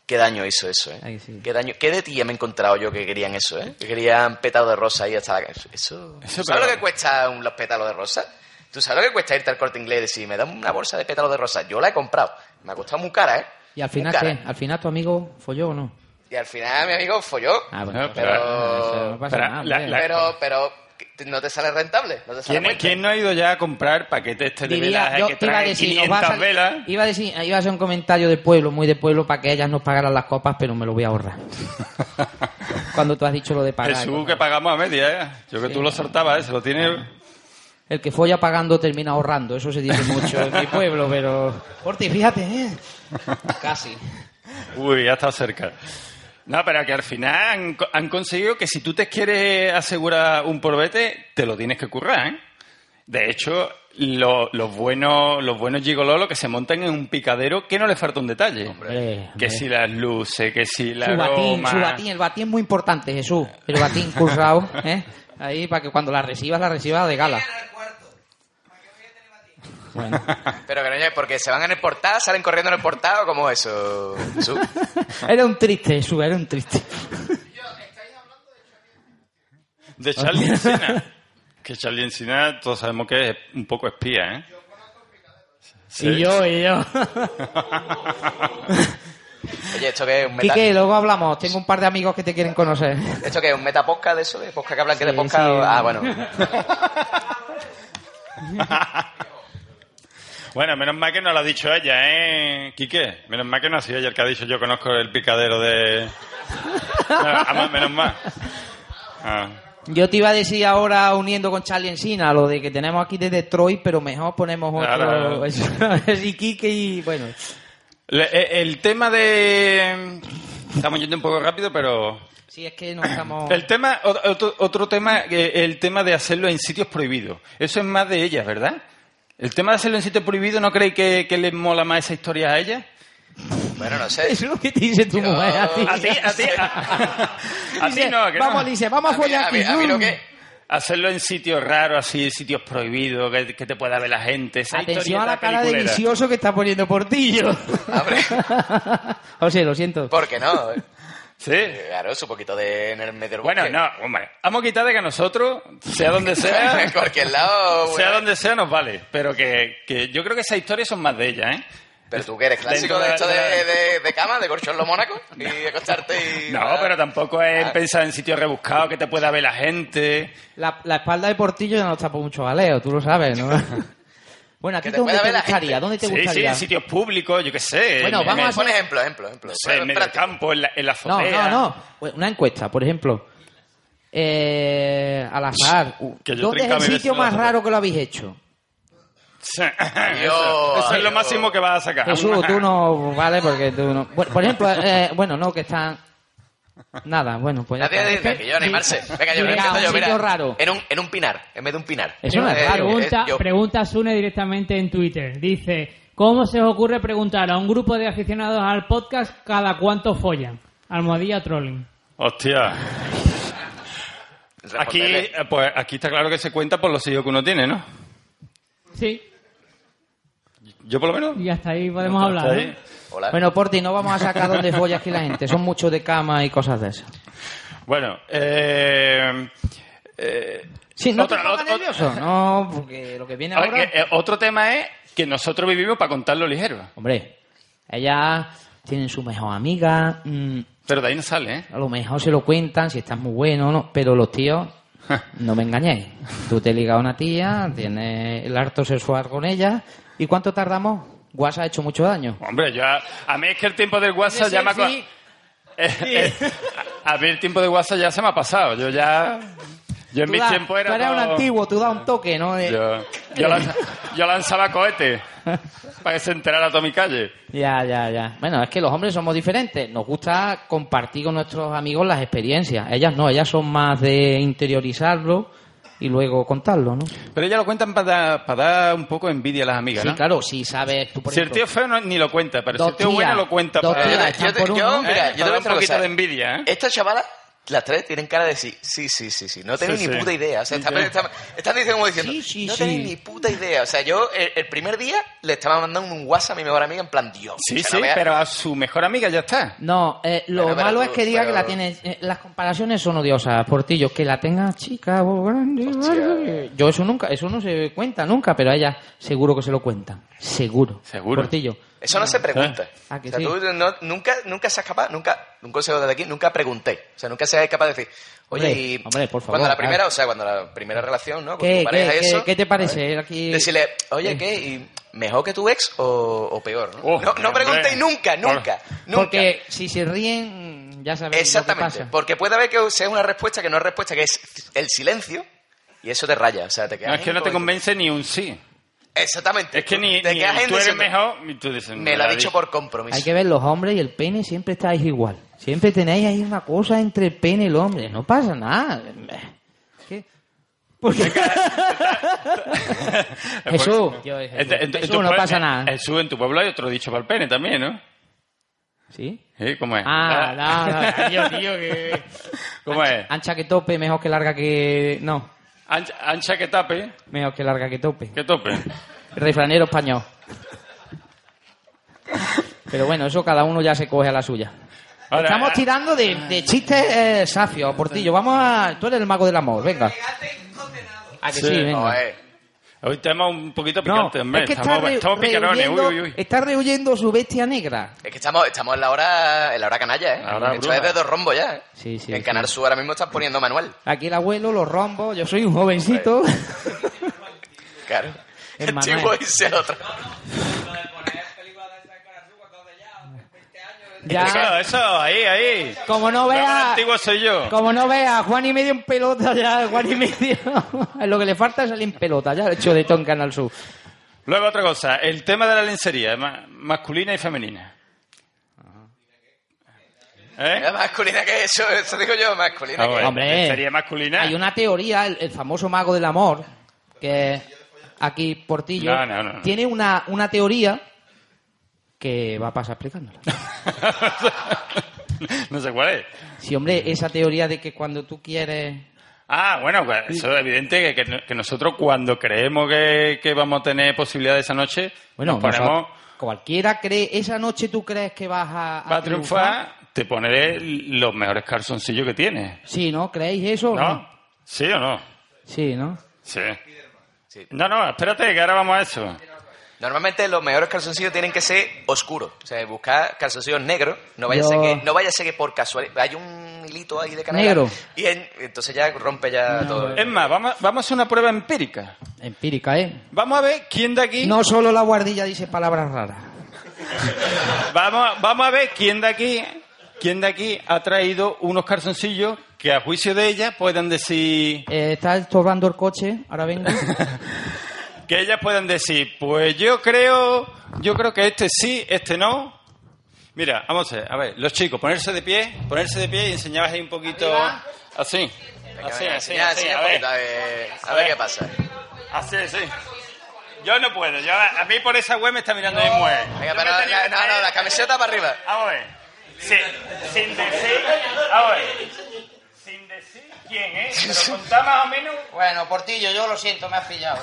E: Qué daño hizo eso, ¿eh?
D: Ahí sí.
E: Qué daño. Qué de tía me he encontrado yo que querían eso, ¿eh? Que querían pétalos de rosa ahí hasta la cama. Eso.
C: Eso,
E: ¿Sabes
C: pero-
E: lo que cuesta un- los pétalos de rosa? ¿Tú sabes lo que cuesta irte al corte inglés y decir, me dan una bolsa de pétalos de rosa? Yo la he comprado. Me ha costado muy cara, ¿eh?
D: Y al
E: Muy
D: final,
E: cara.
D: ¿qué? ¿Al final tu amigo folló o no?
E: Y al final mi amigo folló.
D: Ah,
C: No,
D: bueno.
E: pero-
D: eso no pasa
C: pero
D: nada,
C: la-
D: hombre.
C: la-
E: Pero, pero que no te sale rentable. No te sale
C: ¿Quién,
E: a cuenta.
C: quién no ha ido ya a comprar paquetes este de
D: Diría,
C: velas
D: yo
C: que
D: te iba a
C: traen
D: decir, nos
C: 500
D: va a salir-
C: velas?
D: iba a decir, iba a hacer un comentario de pueblo, muy de pueblo, para que ellas nos pagaran las copas, pero me lo voy a ahorrar. Cuando tú has dicho lo de pagar.
C: El
D: yo-
C: sub que pagamos a media, ¿eh? Yo que tú lo soltabas, ¿eh? se lo tiene...
D: El que folla pagando termina ahorrando, eso se dice mucho en mi pueblo, pero... Orti, fíjate, ¿eh? Casi.
C: Uy, ya está cerca. No, pero que al final han, co- han conseguido que si tú te quieres asegurar un porbete, te lo tienes que currar, ¿eh? De hecho, lo- los buenos los buenos gigolos lo que se montan en un picadero que no le falta un detalle.
D: Hombre,
C: que
D: hombre.
C: si las luces, que si la
D: Su batín,
C: aroma...
D: su batín, el batín es muy importante, Jesús. El batín currao, ¿eh? Ahí para que cuando la recibas, la recibas de gala. Bueno,
E: Pero que no llegue, porque se van en el portal, salen corriendo en el portal, ¿cómo es eso? Jesús?
D: era un triste, Jesús, era un triste.
C: De Charlie Encina. que Charlie Encina todos sabemos que es un poco espía, ¿eh? Sí.
D: Y yo, y yo.
E: Oye, esto que es un meta.
D: Quique, luego hablamos. Tengo un par de amigos que te quieren conocer.
E: ¿Esto que es un metaposca de eso? ¿De posca que hablan que de
D: Sí,
E: posca?
D: sí.
E: Ah, bueno.
C: Bueno, menos mal que no lo ha dicho ella, ¿eh, Quique? Menos mal que no ha sido ella el que ha dicho yo conozco el picadero de... No, además, menos mal. Ah.
D: Yo te iba a decir ahora, uniendo con Charlie Encina, lo de que tenemos aquí de Detroit, pero mejor ponemos
C: Claro.
D: otro. Es y Quique y bueno.
C: Le- e- el tema de... Estamos yendo un poco rápido, pero...
D: Sí, es que no estamos.
C: El tema, o- otro, otro tema, eh, el tema de hacerlo en sitios prohibidos. Eso es más de ellas, ¿verdad? El tema de hacerlo en sitios prohibidos, ¿no creéis que, que les mola más esa historia a ellas?
E: Bueno, no sé.
D: Es lo que te dice tu
E: Yo-
D: mujer. A ti,
E: a ti,
C: a ti, a- a ti
D: Dice,
C: no, que
D: vamos,
C: no.
D: dice, vamos a
E: mí-
D: follar
E: a mí-
D: aquí.
E: a mí lo
D: Mm.
E: que-
C: Hacerlo en sitios raros, así, sitios prohibidos, que, que te pueda ver la gente. Esa
D: Atención
C: historieta
D: a la cara de
C: peliculera.
D: vicioso que está poniendo Portillo.
E: Hombre,
D: o sea, lo siento.
E: ¿por qué no?
C: Sí.
E: Claro, su poquito de en el medio del
C: Bueno,
E: bosque.
C: no, hombre. Vamos a quitar de que a nosotros, sea donde sea,
E: En cualquier lado.
C: sea
E: bueno.
C: donde sea, nos vale. Pero que, que yo creo que esas historias son más de ellas, ¿eh?
E: Pero tú que eres clásico
C: Dentro
E: de
C: de-
E: esto de,
C: de-
E: de- de cama, de colchón lo mónaco, y acostarte y...
C: No, pero tampoco es
E: Ah.
C: pensar en sitios rebuscados que te pueda ver la gente.
D: La, la espalda de Portillo ya no está por mucho jaleo, tú lo sabes, ¿no? bueno, ¿a ti
E: Que te
D: dónde
E: pueda
D: te
E: ver la
D: gustaría?
E: gente.
D: ¿Dónde te
C: Sí, sí,
D: gustaría?
C: en sitios públicos, yo qué sé.
D: Bueno,
C: en-
D: vamos
C: en-
D: a hacer-
E: Pon ejemplo, ejemplo, ejemplo.
C: no sé, en medio del
E: Práctico.
C: campo, en la, en la
D: no,
C: azotea.
D: no, no. Bueno, Una encuesta, por ejemplo. Eh, al azar.
C: Que yo
D: ¿Dónde es el
C: 30.000
D: sitio
C: veces
D: más
C: lo hago.
D: raro que lo habéis hecho?
C: Sí, eso, eso es lo
E: Adiós.
C: máximo que vas a sacar.
D: Jesús, tú no vale porque tú no. Bueno, por ejemplo, eh, bueno, no, que están. Nada, bueno, pues ya.
E: Nadie
D: está.
E: dice que yo animarse. Venga, yo
D: Mira,
E: empiezo
D: un
E: yo, mira.
D: sitio raro.
E: En un, en un pinar, en vez de un pinar.
D: Eso no es raro.
E: eh,
A: Pregunta,
E: yo-
A: pregunta Sune directamente en Twitter. Dice, ¿cómo se os ocurre preguntar a un grupo de aficionados al podcast cada cuánto follan? Almohadilla trolling.
C: Hostia. Aquí,
E: responderle.
C: eh, pues, aquí está claro que se cuenta por los sellos que uno tiene, ¿no?
A: Sí,
C: Yo por lo menos.
A: y hasta ahí podemos
C: Hasta
A: hablar. ¿no?
D: ¿eh?
C: ahí.
E: Hola.
D: Bueno, Porti, no vamos a sacar dónde folla aquí la gente. Son muchos de cama y cosas de esas.
C: Bueno, eh, eh,
D: Sí, no
C: Otra-
D: te pongas
C: otra-
D: nervioso. No, porque lo que viene
C: a ver,
D: ahora.
C: que, eh, otro tema es que nosotros vivimos para contarlo ligero.
D: Hombre, ellas tienen su mejor amiga. mm,
C: Pero de ahí no sale, ¿eh?
D: a lo mejor se lo cuentan, si estás muy bueno o no. Pero los tíos, no me engañéis. Tú te ligas a una tía, tienes el harto sexual con ella. ¿Y cuánto tardamos? WhatsApp ha hecho mucho daño.
C: Hombre, yo a, a mí es que el tiempo del WhatsApp
D: Ese
C: ya me ha... co-
D: sí.
C: Eh, eh, a, a mí el tiempo de WhatsApp ya se me ha pasado. Yo ya... Yo en
D: Tú
C: mi
D: da-
C: tiempo era
D: tú eres un
C: todo-
D: antiguo, tú das un toque, ¿no? De-
C: Yo, yo lanza- yo lanzaba cohetes para que se enterara toda mi calle.
D: Ya, ya, ya. Bueno, es que los hombres somos diferentes. Nos gusta compartir con nuestros amigos las experiencias. Ellas no, ellas son más de interiorizarlo y luego contarlo, ¿no?
C: Pero ella lo cuentan para dar, para dar un poco envidia a las amigas,
D: Sí,
C: ¿no?
D: claro, sí, sabes tú por
C: Si el
D: ejemplo,
C: tío feo no- ni lo cuenta, pero si
D: Dos
C: el tío bueno
D: tías,
C: lo cuenta
D: dos
C: para...
E: Eh, Yo
D: tías.
E: te- yo te-
D: por
E: yo,
D: uno,
E: mira,
C: eh,
E: yo te voy
C: para un
E: a decir una
C: poquito
E: cosa.
C: de envidia, ¿eh?
E: Estas chavalas, las tres tienen cara de sí, sí, sí, sí, sí. No tenéis
C: Sí,
E: ni
C: sí.
E: puta idea. O sea,
C: Sí,
E: están,
C: sí.
E: están- están diciendo como diciendo,
D: Sí, sí,
E: no
D: sí.
E: tenéis ni puta idea. O sea, yo el, el primer día le estaba mandando un WhatsApp a mi mejor amiga en plan, Dios.
C: Sí,
E: o sea,
C: sí,
E: no veas-
C: pero a su mejor amiga ya está.
D: No, eh, lo
E: Pero, pero
D: malo es
E: tú-
D: que diga
E: pero-
D: que la tienes. eh, las comparaciones son odiosas, Portillo. Que la tenga chica o grande. grande. Yo eso nunca, eso no se cuenta nunca, pero a ella seguro que se lo cuentan. Seguro.
C: Seguro.
D: Portillo.
E: Eso no se pregunta.
C: Eh.
D: Ah, que
E: o sea,
D: sí.
E: tú no- nunca, nunca seas capaz, nunca, un consejo desde aquí, nunca preguntéis. O sea, nunca seas capaz de decir, oye,
D: Hombre,
E: y
D: hombre, por favor,
E: cuando la primera,
D: claro.
E: o sea, cuando la primera relación, ¿no? Con
D: ¿Qué-
E: tu pareja
D: qué-
E: y Pues eso,
D: qué- qué te parece?
E: ¿vale?
D: Aquí-
E: Decirle, oye, ¿qué? ¿Y ¿Mejor que tu ex o, o peor? ¿no?
C: Oh,
E: no, no
C: hombre.
E: preguntéis nunca,
C: Por-
E: nunca, nunca.
D: Porque si se ríen, ya sabéis lo que
E: Exactamente,
D: pasa.
E: porque puede haber que sea una respuesta que no es respuesta, que es el silencio, y eso te raya, o sea, te quedas...
C: No, es que no te
E: como-
C: convence ni un sí.
E: Exactamente.
C: Es que ni,
E: te
C: ni
E: quedas en
C: tú eres
E: diciendo,
C: mejor, ni tú dices...
E: Me lo ha dicho por compromiso.
D: Hay que ver, los hombres y el pene siempre estáis igual. Siempre tenéis ahí una cosa entre el pene y el hombre. No pasa nada. ¿Qué? Pues- ¿Por qué? Jesús. Yo dije,
C: En- Pues, en- en
D: Jesús,
C: tu
D: no
C: pue-
D: pasa nada.
C: Jesús, en tu pueblo hay otro dicho para el pene también, ¿no?
D: ¿Sí?
C: ¿Sí? ¿Cómo es?
D: Ah, no, no, tío, tío, que...
C: ¿Cómo es?
D: Ancha que tope, mejor que larga que... No,
C: Ancha, ancha que tape,
D: mejor que larga que tope.
C: que tope.
D: Refranero español. Pero bueno, eso cada uno ya se coge a la suya.
C: Ahora,
D: Estamos
C: ah,
D: tirando de, de chistes eh, safios, Portillo. Vamos a... Tú eres el mago del amor, venga. ¿A Ah, que sí,
C: Sí.
D: venga?
E: Oye,
C: Hoy tenemos un poquito
D: No,
C: picante, hombre.
D: es que está,
C: estamos,
D: re-
C: estamos picarones, uy,
D: rehuyendo-
C: uy, uy.
D: está rehuyendo su bestia negra.
E: es que estamos, estamos en la hora en la hora canalla, ¿eh?
C: La hora
E: Esto
C: bruna.
E: es de dos rombos ya, ¿eh?
D: Sí, sí,
E: En
D: sí.
E: Canal Sur ahora mismo estás poniendo manual.
D: Aquí el abuelo, los rombos, yo soy un jovencito.
E: Claro.
D: Es
E: El
D: Manuel.
E: chico dice el otro.
C: Eso,
D: ya,
C: eso, ahí, ahí.
D: como no
C: El más
D: vea...
C: antiguo soy yo.
D: Como no vea, Juan y medio en pelota ya, Juan y medio. Lo que le falta es salir en pelota, ya lo he hecho de todo en Canal Sur.
C: Luego otra cosa, el tema de la lencería, ma- masculina y femenina. ¿Eh?
E: Mira, masculina que eso, eso digo yo, masculina
C: Ah,
E: que
C: bueno.
D: Hombre,
C: lencería masculina.
D: Hay una teoría, el, el famoso mago del amor, que aquí Portillo
C: No, no, no, no.
D: tiene una, una teoría que va a pasar explicándola.
C: no sé cuál es.
D: Sí, hombre, esa teoría de que cuando tú quieres...
C: Ah, bueno, pues eso es evidente que, que- que nosotros cuando creemos que, que vamos a tener posibilidad esa noche,
D: Bueno,
C: nos ponemos
D: nosotros- cualquiera cree, esa noche tú crees que vas a... a
C: para triunfar, te poneré los mejores calzoncillos que tienes.
D: Sí, ¿no? ¿Creéis eso? o
C: ¿No? ¿Sí o no?
D: Sí, ¿no?
C: Sí.
E: Sí.
C: No, no, espérate, que ahora vamos a eso.
E: Normalmente los mejores calzoncillos tienen que ser oscuros. O sea, buscar calzoncillos negros. No vaya,
D: Yo-
E: a ser que, no vaya a ser que por casualidad hay un hilito ahí de canela.
D: Negro.
E: Y en- entonces ya rompe ya todo.
C: Es más, vamos, vamos a hacer una prueba empírica.
D: Empírica, ¿eh?
C: Vamos a ver quién de aquí...
D: No solo la guardilla dice palabras raras.
C: Vamos, vamos a ver quién de aquí, quién de aquí ha traído unos calzoncillos que a juicio de ella puedan decir,
D: Eh, está estorbando el coche, ahora vengo.
C: que ellas puedan decir, pues yo creo, yo creo que este sí, este no. Mira, vamos a ver, a ver, los chicos, ponerse de pie, ponerse de pie y enseñabas ahí un poquito, así, así,
E: Venga,
C: así,
E: enseña,
C: así,
E: enseña
C: a
E: un
C: ver,
E: poquito, a ver, a ver qué pasa.
C: así, así. Yo no puedo, yo, a mí por esa web me está mirando de mujer.
E: Venga,
C: Yo
E: pero
C: me
E: la-
C: tenía que
E: no, no,
C: traer-
E: la camiseta para arriba.
C: Vamos a ver. Sí, sin decir. Vamos a ver. Sin decir quién es, pero contá más o menos.
D: Bueno, Portillo, yo lo siento, me has pillado.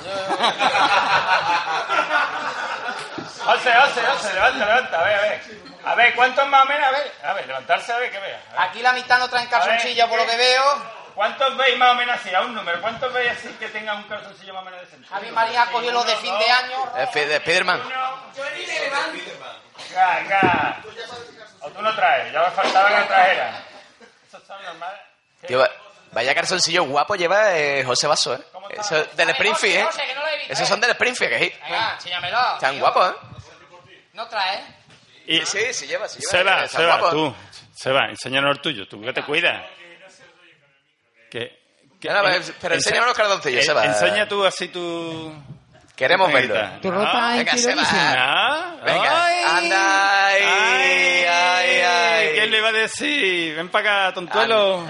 C: Once, once, once, levanta, levanta, a ver, a ver. A ver, ¿cuántos más o menos? A ver, a ver, levantarse, a ver, que vea. A ver.
D: Aquí la mitad no traen
C: calzoncillos, por lo que veo. ¿Cuántos veis más o menos así? A un número. ¿Cuántos veis así que tenga un calzoncillo más o menos decente? Sí, uno, dos,
D: año.
E: Eh, Sp- de Spiderman.
C: Ga, ga. O tú no traes, ya me faltaba que lo trajeras. Eso está normal.
E: Tío, va- vaya calzoncillo guapo lleva eh, José Vaso, ¿eh? Eso, del Springfield, ¿eh? Esos son del Springfield, que sí.
D: enséñamelo.
E: Están guapos, ¿eh?
D: No trae.
C: Y,
E: Sí, sí, lleva, sí lleva.
C: Se va,
E: Están
C: se va,
E: guapos, ¿eh?
C: tú. Se va, enséñanos el tuyo, tú que te cuidas. Que, que-
E: Ahora va,
C: en-
E: pero
C: ense-
E: enséñanos los calzoncillos,
C: en-
E: se va.
C: Enseña tú así tu...
E: Queremos verlo. eh.
D: Tu ropa
E: venga,
D: es
E: se va.
D: tiradísima.
C: Ah,
E: Venga,
C: ay,
E: anda, ay, ay, ay.
C: ¿Quién le iba a decir? Ven para acá, tontuelo.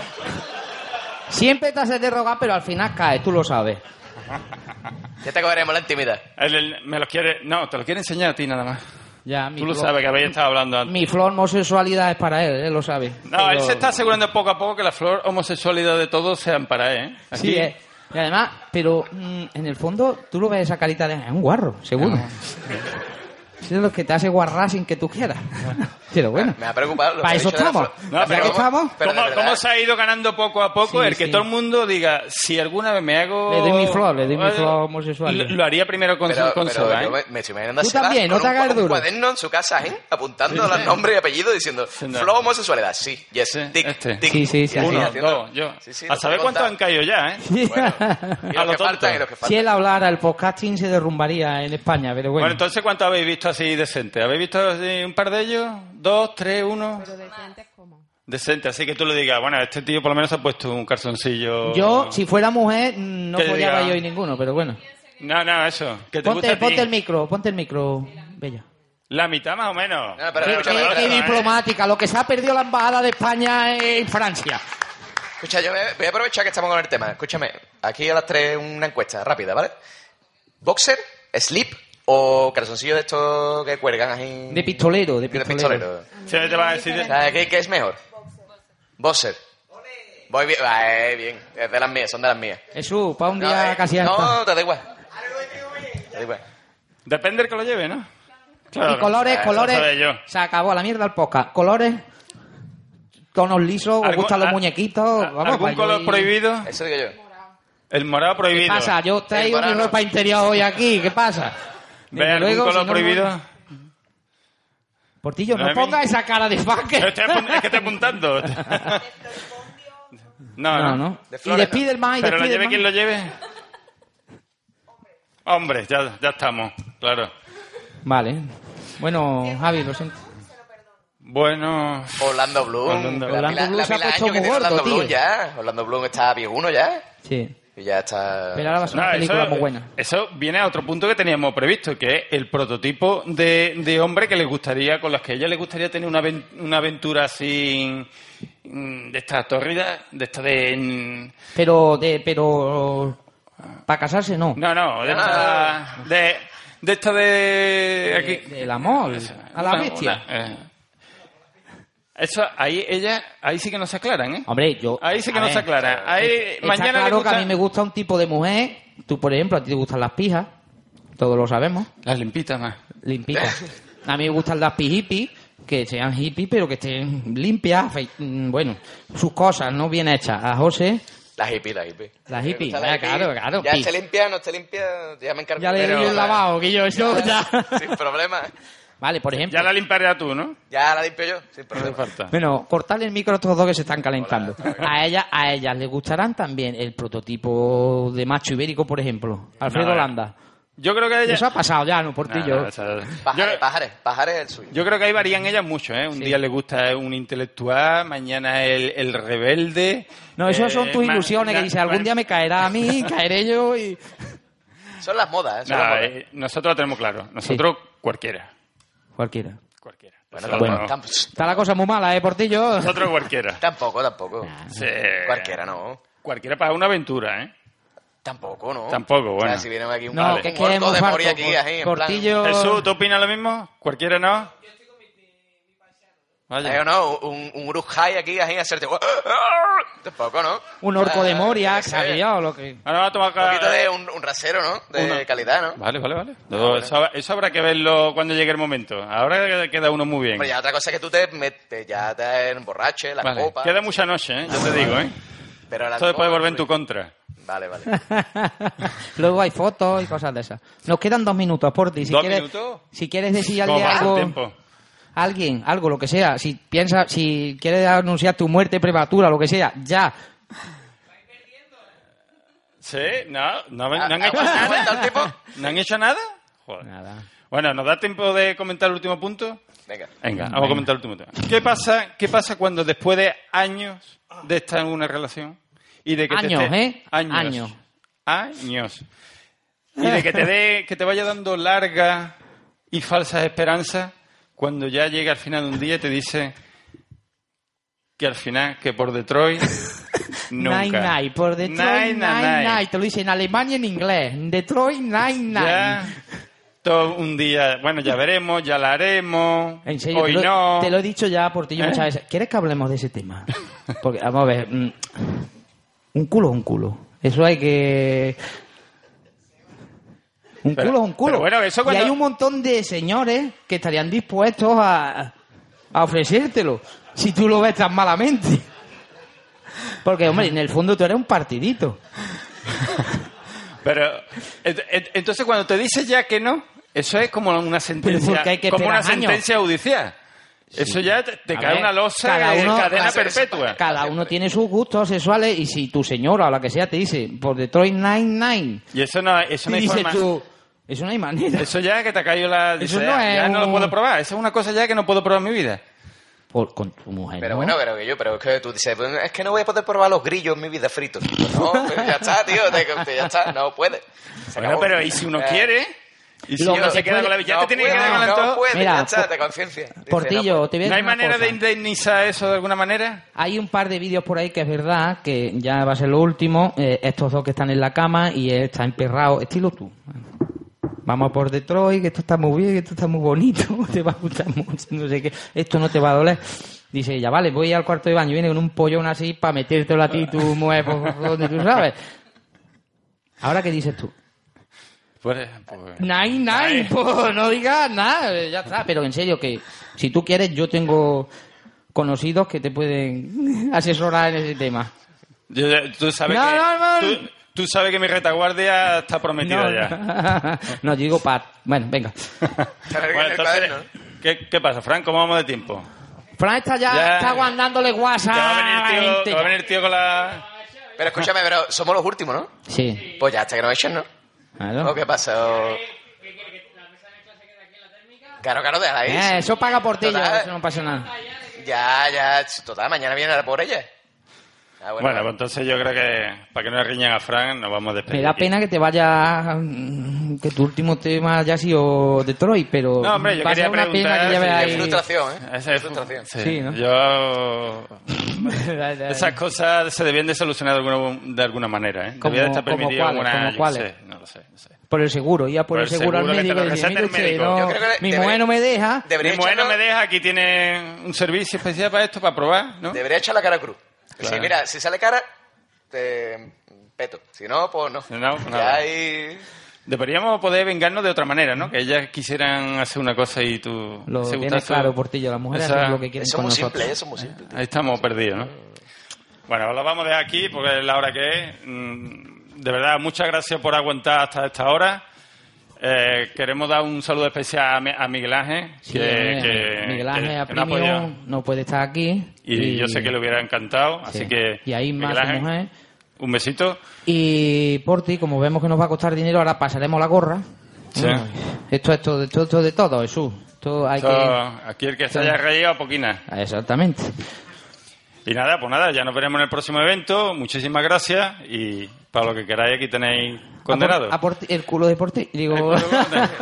D: Siempre te haces de rogar, pero al final caes, tú lo sabes.
E: Ya te cobraremos la intimidad.
C: El- el- me los quiere... No, te lo quiere enseñar a ti nada más.
D: Ya, mi
C: Tú lo
D: flor-
C: sabes, que habéis estado hablando antes.
D: Mi flor homosexualidad es para él, él lo sabe.
C: No, él
D: Pero-
C: se está asegurando poco a poco que la flor homosexualidad de todos sean para él, ¿eh?
D: Sí, eh. Y además, pero mm, en el fondo tú lo ves esa carita de... Es un guarro, seguro. Eso es lo que te hace guarrar sin que tú quieras. Pero bueno.
E: Me ha preocupado. lo
D: Para
E: que
D: eso
E: ha dicho de la
D: estamos.
E: flor-
D: No,
E: la
D: pero
E: flor-
D: ¿cómo- estamos?
E: pero de
C: ¿Cómo,
E: verdad, eh.
C: cómo se ha ido ganando poco a poco
D: Sí,
C: el que
D: sí.
C: todo el mundo diga, si alguna vez me hago...
D: Le doy mi flor, le doy mi
C: Bueno,
D: flor homosexual. eh.
C: Lo, lo haría primero con,
E: Pero,
C: con
E: pero
C: soda,
E: yo
C: ¿eh?
E: me, me estoy imaginando a
D: Tú
E: Seba
D: también, no
E: con
D: te
E: un-
D: hagas
E: un
D: duro.
E: cuaderno en su casa, ¿eh? Apuntando los nombres y apellidos diciendo flow homosexualidad, sí, yes,
C: Sí,
E: tic,
C: este.
E: tic.
D: Sí, sí, sí,
E: Y así
C: Uno,
E: haciendo-
C: dos, yo.
E: Sí, sí,
C: a
E: lo
C: saber
E: estoy
C: cuántos han
E: contando.
C: caído ya, ¿eh? A
E: Y los
C: lo
E: que
C: tonto.
E: faltan y los que
D: si
E: faltan.
D: él hablara, el podcasting se derrumbaría en España, pero bueno.
C: Bueno, entonces, ¿cuántos habéis visto así decente? ¿Habéis visto así un par de ellos? ¿Dos, tres, uno?
F: Pero decentes como.
C: Decente, así que tú le digas, bueno, este tío por lo menos se ha puesto un calzoncillo...
D: yo, si fuera mujer, mm, no
C: Que le
D: follaba
C: diga-
D: yo y ninguno, pero bueno.
C: No, no, eso. Que te gusta
D: Ponte,
C: a ti.
D: ponte el micro, ponte el micro, Bello.
C: La mitad más o menos.
E: No,
D: Qué,
E: pero
D: qué-
E: escúchame,
D: qué
E: escúchame,
C: eh.
D: diplomática, lo que se ha perdido la embajada de España en Francia.
E: Escucha, yo me- voy a aprovechar que estamos con el tema. Escúchame, aquí a las tres una encuesta rápida, ¿vale? ¿Boxer, slip o calzoncillo de estos que cuelgan ahí?
D: De pistolero, de
E: De
D: pistolero.
E: pistolero.
C: Siempre te vas a decir...
E: O sea, ¿Qué, qué es mejor? Boxer. Voy bien, va, eh, bien. Es de las mías, son de las mías.
D: Jesús, para un
E: No,
D: día
E: eh,
D: casi hasta.
E: no, te da igual. Te da igual.
C: Depende del que lo lleve, ¿no?
D: Y colores,
E: eso
D: colores.
C: sabe yo.
D: Se acabó a la mierda el podcast. Colores, tonos lisos, os
C: ¿Algún-
D: gustan los
C: a-
D: muñequitos.
C: a-
D: vamos,
C: Ah, ¿Algún
D: para yo
C: color
D: ir-
C: prohibido?
E: Eso digo yo.
C: El morado prohibido.
D: ¿Qué pasa? Yo traigo mi
E: verano.
D: ropa interior hoy aquí. ¿Qué pasa?
C: ¿Ve
D: Desde
C: algún
D: luego,
C: color
D: si no,
C: prohibido?
D: no- Portillo,
C: No,
D: no
C: a mí-
D: ponga esa cara de fan que...
C: Yo estoy apun- es que estoy apuntando. no,
D: No,
C: no.
D: no.
E: De
D: y
E: flores,
D: despide el más, y
C: Pero lo lleve quien
D: despide
C: lo lleve. Hombre, ya, ya estamos, claro.
D: Vale. Bueno, Javi, lo siento.
C: Bueno,
E: Orlando Bloom.
C: Orlando-
E: La
D: Orlando
E: pila-
D: Bloom
E: la
D: se ha
E: pila
D: puesto
E: años que
D: muy
E: tiene Orlando
D: gordo, tío.
E: Bloom ya. Orlando Bloom está viejuno ya.
D: Sí.
E: Y ya está.
D: Pero ahora va a ser una
C: no,
D: película
C: Ah, eso,
D: muy buena.
C: eso viene a otro punto que teníamos previsto, que es el prototipo de, de hombre que les gustaría, con las que a ella le gustaría tener una, aven- una aventura sin de esta torrida, de mm, esta de
D: Pero, de, pero... Para casarse, no.
C: No, no, de esta de, de esta de aquí.
D: Del amor. A la
C: Una-
D: bestia.
C: una, eh. Eso ahí ella ahí sí que no se aclaran, ¿eh?
D: Hombre, yo...
C: Ahí sí que
D: a
C: no
D: ver, eh,
C: se aclaran. Ahí
D: Está
C: mañana le
D: claro que
C: gusta-
D: a mí me gusta un tipo de mujer. Tú, por ejemplo, a ti te gustan las pijas. Todos lo sabemos.
C: las limpitas más.
D: Limpitas. A mí me gustan las pijipis. Que sean hippies, pero que estén limpias. afei- mm, Bueno, sus cosas, ¿no? Bien hechas. A José...
E: Las hippies, las hippies.
D: Las
E: Me
D: hippies,
E: gustan las
D: ah, claro, claro,
E: Ya
D: pi.
E: está limpia, no está limpia. Ya me encargo.
D: Ya le
E: Pero-
D: doy el lavado, que yo eso ya.
E: Sin problema.
D: Vale, por ejemplo.
C: Ya la limpiaría tú, ¿no?
E: Ya la limpio yo, sin
C: No hace
E: problema.
C: falta.
D: Bueno, cortarle el micro a estos dos que se están calentando. A ellas, a ellas les gustarán también el prototipo de macho ibérico, por ejemplo. Alfredo
C: No,
D: Landa.
C: Yo creo que ella
D: Eso ha pasado ya, no
C: No,
D: portillo.
C: no, esa-
E: Pajares,
C: yo-
E: pajares, pajares es el suyo.
C: Yo creo que ahí varían ellas mucho, ¿eh? Un día le gusta un intelectual, mañana el, el rebelde.
D: No, eso
C: eh,
D: son tus
C: ma-
D: ilusiones que
C: na-
D: dices, algún
C: ma-
D: día me caerá a mí, caeré yo y...
E: Son las modas, ¿eh? Son las
C: Nah,
E: modas.
C: eh, nosotros lo tenemos claro. Nosotros cualquiera.
D: Cualquiera.
C: Cualquiera.
E: Bueno,
C: nosotros,
E: tampoco,
C: no.
E: tamp-
D: Está la cosa muy mala, ¿eh, portillo?
C: Nosotros cualquiera.
E: tampoco, tampoco.
C: Sí.
E: Cualquiera no.
C: Cualquiera para una aventura, ¿eh?
E: Tampoco, ¿no?
C: Tampoco,
E: O
C: bueno.
E: sea, si vienen aquí un,
D: No,
E: vale.
D: que es
E: un
D: que
E: gordo
D: hemos
E: de Mori
D: harto,
E: aquí, así, en plan...
D: Portillo...
C: Jesús, ¿tú opinas lo mismo? ¿Cualquiera no?
E: Eh,
C: Vaya.
E: no, un, un Uruk-hai aquí, así, hacerte... ¡Ah! Tampoco, ¿no?
D: Un orco de
E: Ah,
D: Moria,
E: yo qué sé.
D: sabía o lo que...
C: Ahora va a tomar
E: Un poquito
C: ca-
E: de un, un rasero, ¿no? De
C: Una.
E: calidad, ¿no?
C: Vale, vale, vale. No, eso, eso habrá que verlo cuando llegue el momento. Ahora queda uno muy bien.
E: Pero ya otra cosa es que tú te metes, ya te emborraches, la
C: Vale.
E: copa...
C: Queda mucha noche, ¿eh? Yo te digo, ¿eh?
E: Pero la
C: Esto después
E: copa,
C: volver en tu contra.
E: Vale, vale.
D: Luego hay fotos y cosas de esas. Nos quedan dos minutos, Porti. Si
C: ¿Dos
D: quieres,
C: minutos?
D: Si quieres decir
C: ¿Cómo pasa el
D: algo,
C: tiempo?
D: alguien, algo, lo que sea. Si piensa, si quieres anunciar tu muerte prematura, lo que sea, ya.
C: Sí, no, no, no
E: Ah,
C: han
E: ah,
C: hecho
E: ¿cuánto
C: nada.
E: el tiempo?
C: ¿No han hecho nada? Joder.
D: Nada.
C: Bueno, ¿nos da tiempo de comentar el último punto?
E: Venga.
C: Venga, vamos a comentar el último tema. ¿Qué pasa, qué pasa cuando después de años de estar en una relación y de que
D: Años,
C: te esté-
D: ¿eh?
C: Años. Años. Y de que te dé, que te vaya dando largas y falsas esperanzas cuando ya llega al final de un día y te dice que al final, que por Detroit, nunca.
D: Nine Nine, por Detroit
C: Nine,
D: Nine
C: nine, nine.
D: Nine. Te lo dice en Alemania y en inglés. Detroit Nine Nine.
C: Ya, todo un día, bueno, ya veremos, ya la haremos,
D: En serio,
C: hoy
D: te, lo,
C: no.
D: te lo he dicho ya, Portillo,
C: ¿Eh?
D: muchas veces. ¿Quieres que hablemos de ese tema? Porque, vamos a ver, mm, un culo es un culo. Eso hay que... Un
C: Pero-
D: culo es un culo.
C: pero bueno, eso cuando-
D: Y hay un montón de señores que estarían dispuestos a, a ofrecértelo si tú lo ves tan malamente. Porque, hombre, en el fondo tú eres un partidito.
C: Pero ent- ent- entonces cuando te dice ya que no, eso es como una sentencia,
D: porque hay que
C: como una
D: esperar años.
C: sentencia judicial. Eso ya te, te
D: A
C: cae
D: ver,
C: una losa
D: cada
C: de
D: uno-
C: cadena
E: cada-
C: perpetua.
D: Cada uno tiene sus gustos sexuales y si tu señora o la que sea te dice por Detroit Nine-Nine,
C: Y eso no, eso
D: y
C: no hay
D: dices
C: forma-
D: tú, eso no hay manera.
C: Eso ya que te ha caído la... dice,
D: no
C: ya,
D: es
C: ya no lo
D: un-
C: puedo probar. Esa es una cosa ya que no puedo probar en mi vida.
D: Por- con tu mujer,
E: Pero
D: ¿no?
E: bueno, pero que yo, pero es que tú dices, "Bueno, es que no voy a poder probar los grillos en mi vida fritos. No, pero ya está, tío, te- te- ya está, no puede. Se
C: Bueno,
E: acabó.
C: pero y si uno
E: Eh,
C: quiere... Y si
D: Lo
C: uno
D: que
C: se
D: se
C: queda
D: puede-
C: con la... Ya
E: no
C: te tiene que
E: puede,
C: quedar con el
E: No
C: antojo.
E: puede,
D: Mira,
E: ya está,
D: por-
E: te conciencia. Dice,
D: Portillo, te voy a decir
C: ¿No hay
D: una
C: manera
D: cosa.
C: de indemnizar eso de alguna manera?
D: Hay un par de vídeos por ahí que es verdad, que ya va a ser lo último. eh, estos dos que están en la cama y él está emperrado. Estilo tú. Vamos a por Detroit, que esto está muy bien, que esto está muy bonito, te va a gustar mucho, no sé qué, esto no te va a doler. Dice ella, vale, voy al cuarto de baño, viene con un pollón así para metértelo a ti, tu mujer, por por donde tú sabes. Ahora, ¿qué dices tú?
C: Pues, pues-
D: Nine, nine, po, no digas nada, eh, ya está. Pero en serio, que si tú quieres, yo tengo conocidos que te pueden asesorar en ese tema.
C: Yo ya- tú, sabes
D: No,
C: que,
D: no, no.
C: Tú, tú sabes que mi retaguardia está prometida ya.
D: no, no, yo digo para... Bueno, venga.
E: Pero
C: Bueno,
E: el
C: entonces,
E: padre no.
C: ¿qué, qué pasa, Frank? ¿Cómo vamos de tiempo?
D: Fran está ya,
C: Ya.
D: está guardándole
C: Que
D: WhatsApp
C: va,
D: a
C: a venir
D: la
C: el tío,
D: gente.
C: que va a venir el tío con la...
E: Pero escúchame, pero somos los últimos, ¿no?
D: Sí,
E: Pues ya, hasta que nos echen, ¿no?
D: claro.
E: ¿O qué pasa? O- Claro, claro, déjala ahí.
D: Eh, eso paga por ti,
E: Total.
D: ya, eso no pasa nada.
E: Ya, ya, ch, total, mañana viene a por ella. Ah,
C: Bueno, pues entonces yo creo que para que no le riñan a Frank nos vamos a despedir.
D: Me da
C: aquí.
D: pena que te vaya... mm, Que tu último tema haya sido Detroit, pero...
C: No, hombre, yo
D: va a ser
C: quería
D: una pena
C: preguntar
D: que ya
C: si-
E: Qué
D: verás-
C: ahí-
E: frustración, ¿eh?
C: Esa es- sí.
D: Sí, ¿no?
C: Yo... Esas cosas se debían de solucionar de alguna, de alguna manera, ¿eh?
D: ¿Como-
C: Debía de estar
D: como
C: permitido
D: cuáles?
C: alguna...
D: ¿Como
C: yo qué
D: cuáles?
C: sé, no lo sé, no sé.
D: Por el seguro, ya por,
C: Por
D: el
C: el
D: seguro,
C: seguro que
D: al
C: te
D: médico.
C: lo
D: y dice,
C: receta
D: "Mire
C: el
D: usted,
C: médico".
D: no,
E: Yo creo que
D: mi
E: debe-
D: mujer no me deja.
E: Debería
C: Mi mujer no
E: echarlo-
C: me deja, aquí tiene un servicio especial para esto, para probar, ¿no?
E: Debería echar la cara a cruz.
C: Claro.
E: Sí, mira, si sale cara, te peto. Si no, pues no.
C: Si no, pues
E: Ya
C: nada.
E: hay-
C: Deberíamos poder vengarnos de otra manera, ¿no? Que ellas quisieran hacer una cosa y tú...
D: Lo
C: ese
D: tiene
C: gustazo-
D: claro, Portillo. Las mujeres
C: Esa-
D: hacen lo que quieren
E: Eso es
D: con
E: muy
D: nosotros.
E: simple, eso es muy simple.
C: Ahí estamos perdidos, ¿no? Bueno, lo vamos a dejar aquí porque es la hora que es. Mm, De verdad, muchas gracias por aguantar hasta esta hora. Eh, queremos dar un saludo especial a, Mi- a Miguel Ángel.
D: Sí,
C: que,
D: hombre,
C: que-
D: Miguel
C: que-
D: Ángel a
C: que no ha
D: Premium
C: podido.
D: no puede estar aquí.
C: Y, yo sé que le hubiera encantado,
D: sí.
C: así que...
D: Y ahí más
C: Miguel Ángel,
D: mujer.
C: Un besito.
D: Y Porti, como vemos que nos va a costar dinero, ahora pasaremos la gorra.
C: Sí.
D: Bueno, Esto es todo, esto, esto de todo, Jesús. Esto hay
C: Eso, Aquí el que se haya reído, a poquina.
D: que... Exactamente.
C: Y nada, pues nada, ya nos veremos en el próximo evento. Muchísimas gracias y para lo que queráis aquí tenéis condenado.
D: A Porti- el culo de Porti. Digo...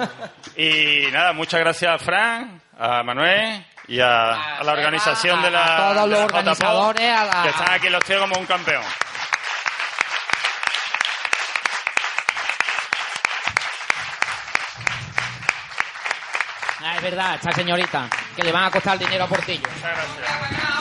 C: Y nada, muchas gracias a Fran, a Manuel y a, a la organización de la.
D: A
C: de
D: todos los
C: la JPO,
D: organizadores, a la-
C: Que están aquí los tíos como un campeón.
D: Ah, es verdad, esta señorita, que le van a costar dinero a Portillo.
C: Muchas gracias.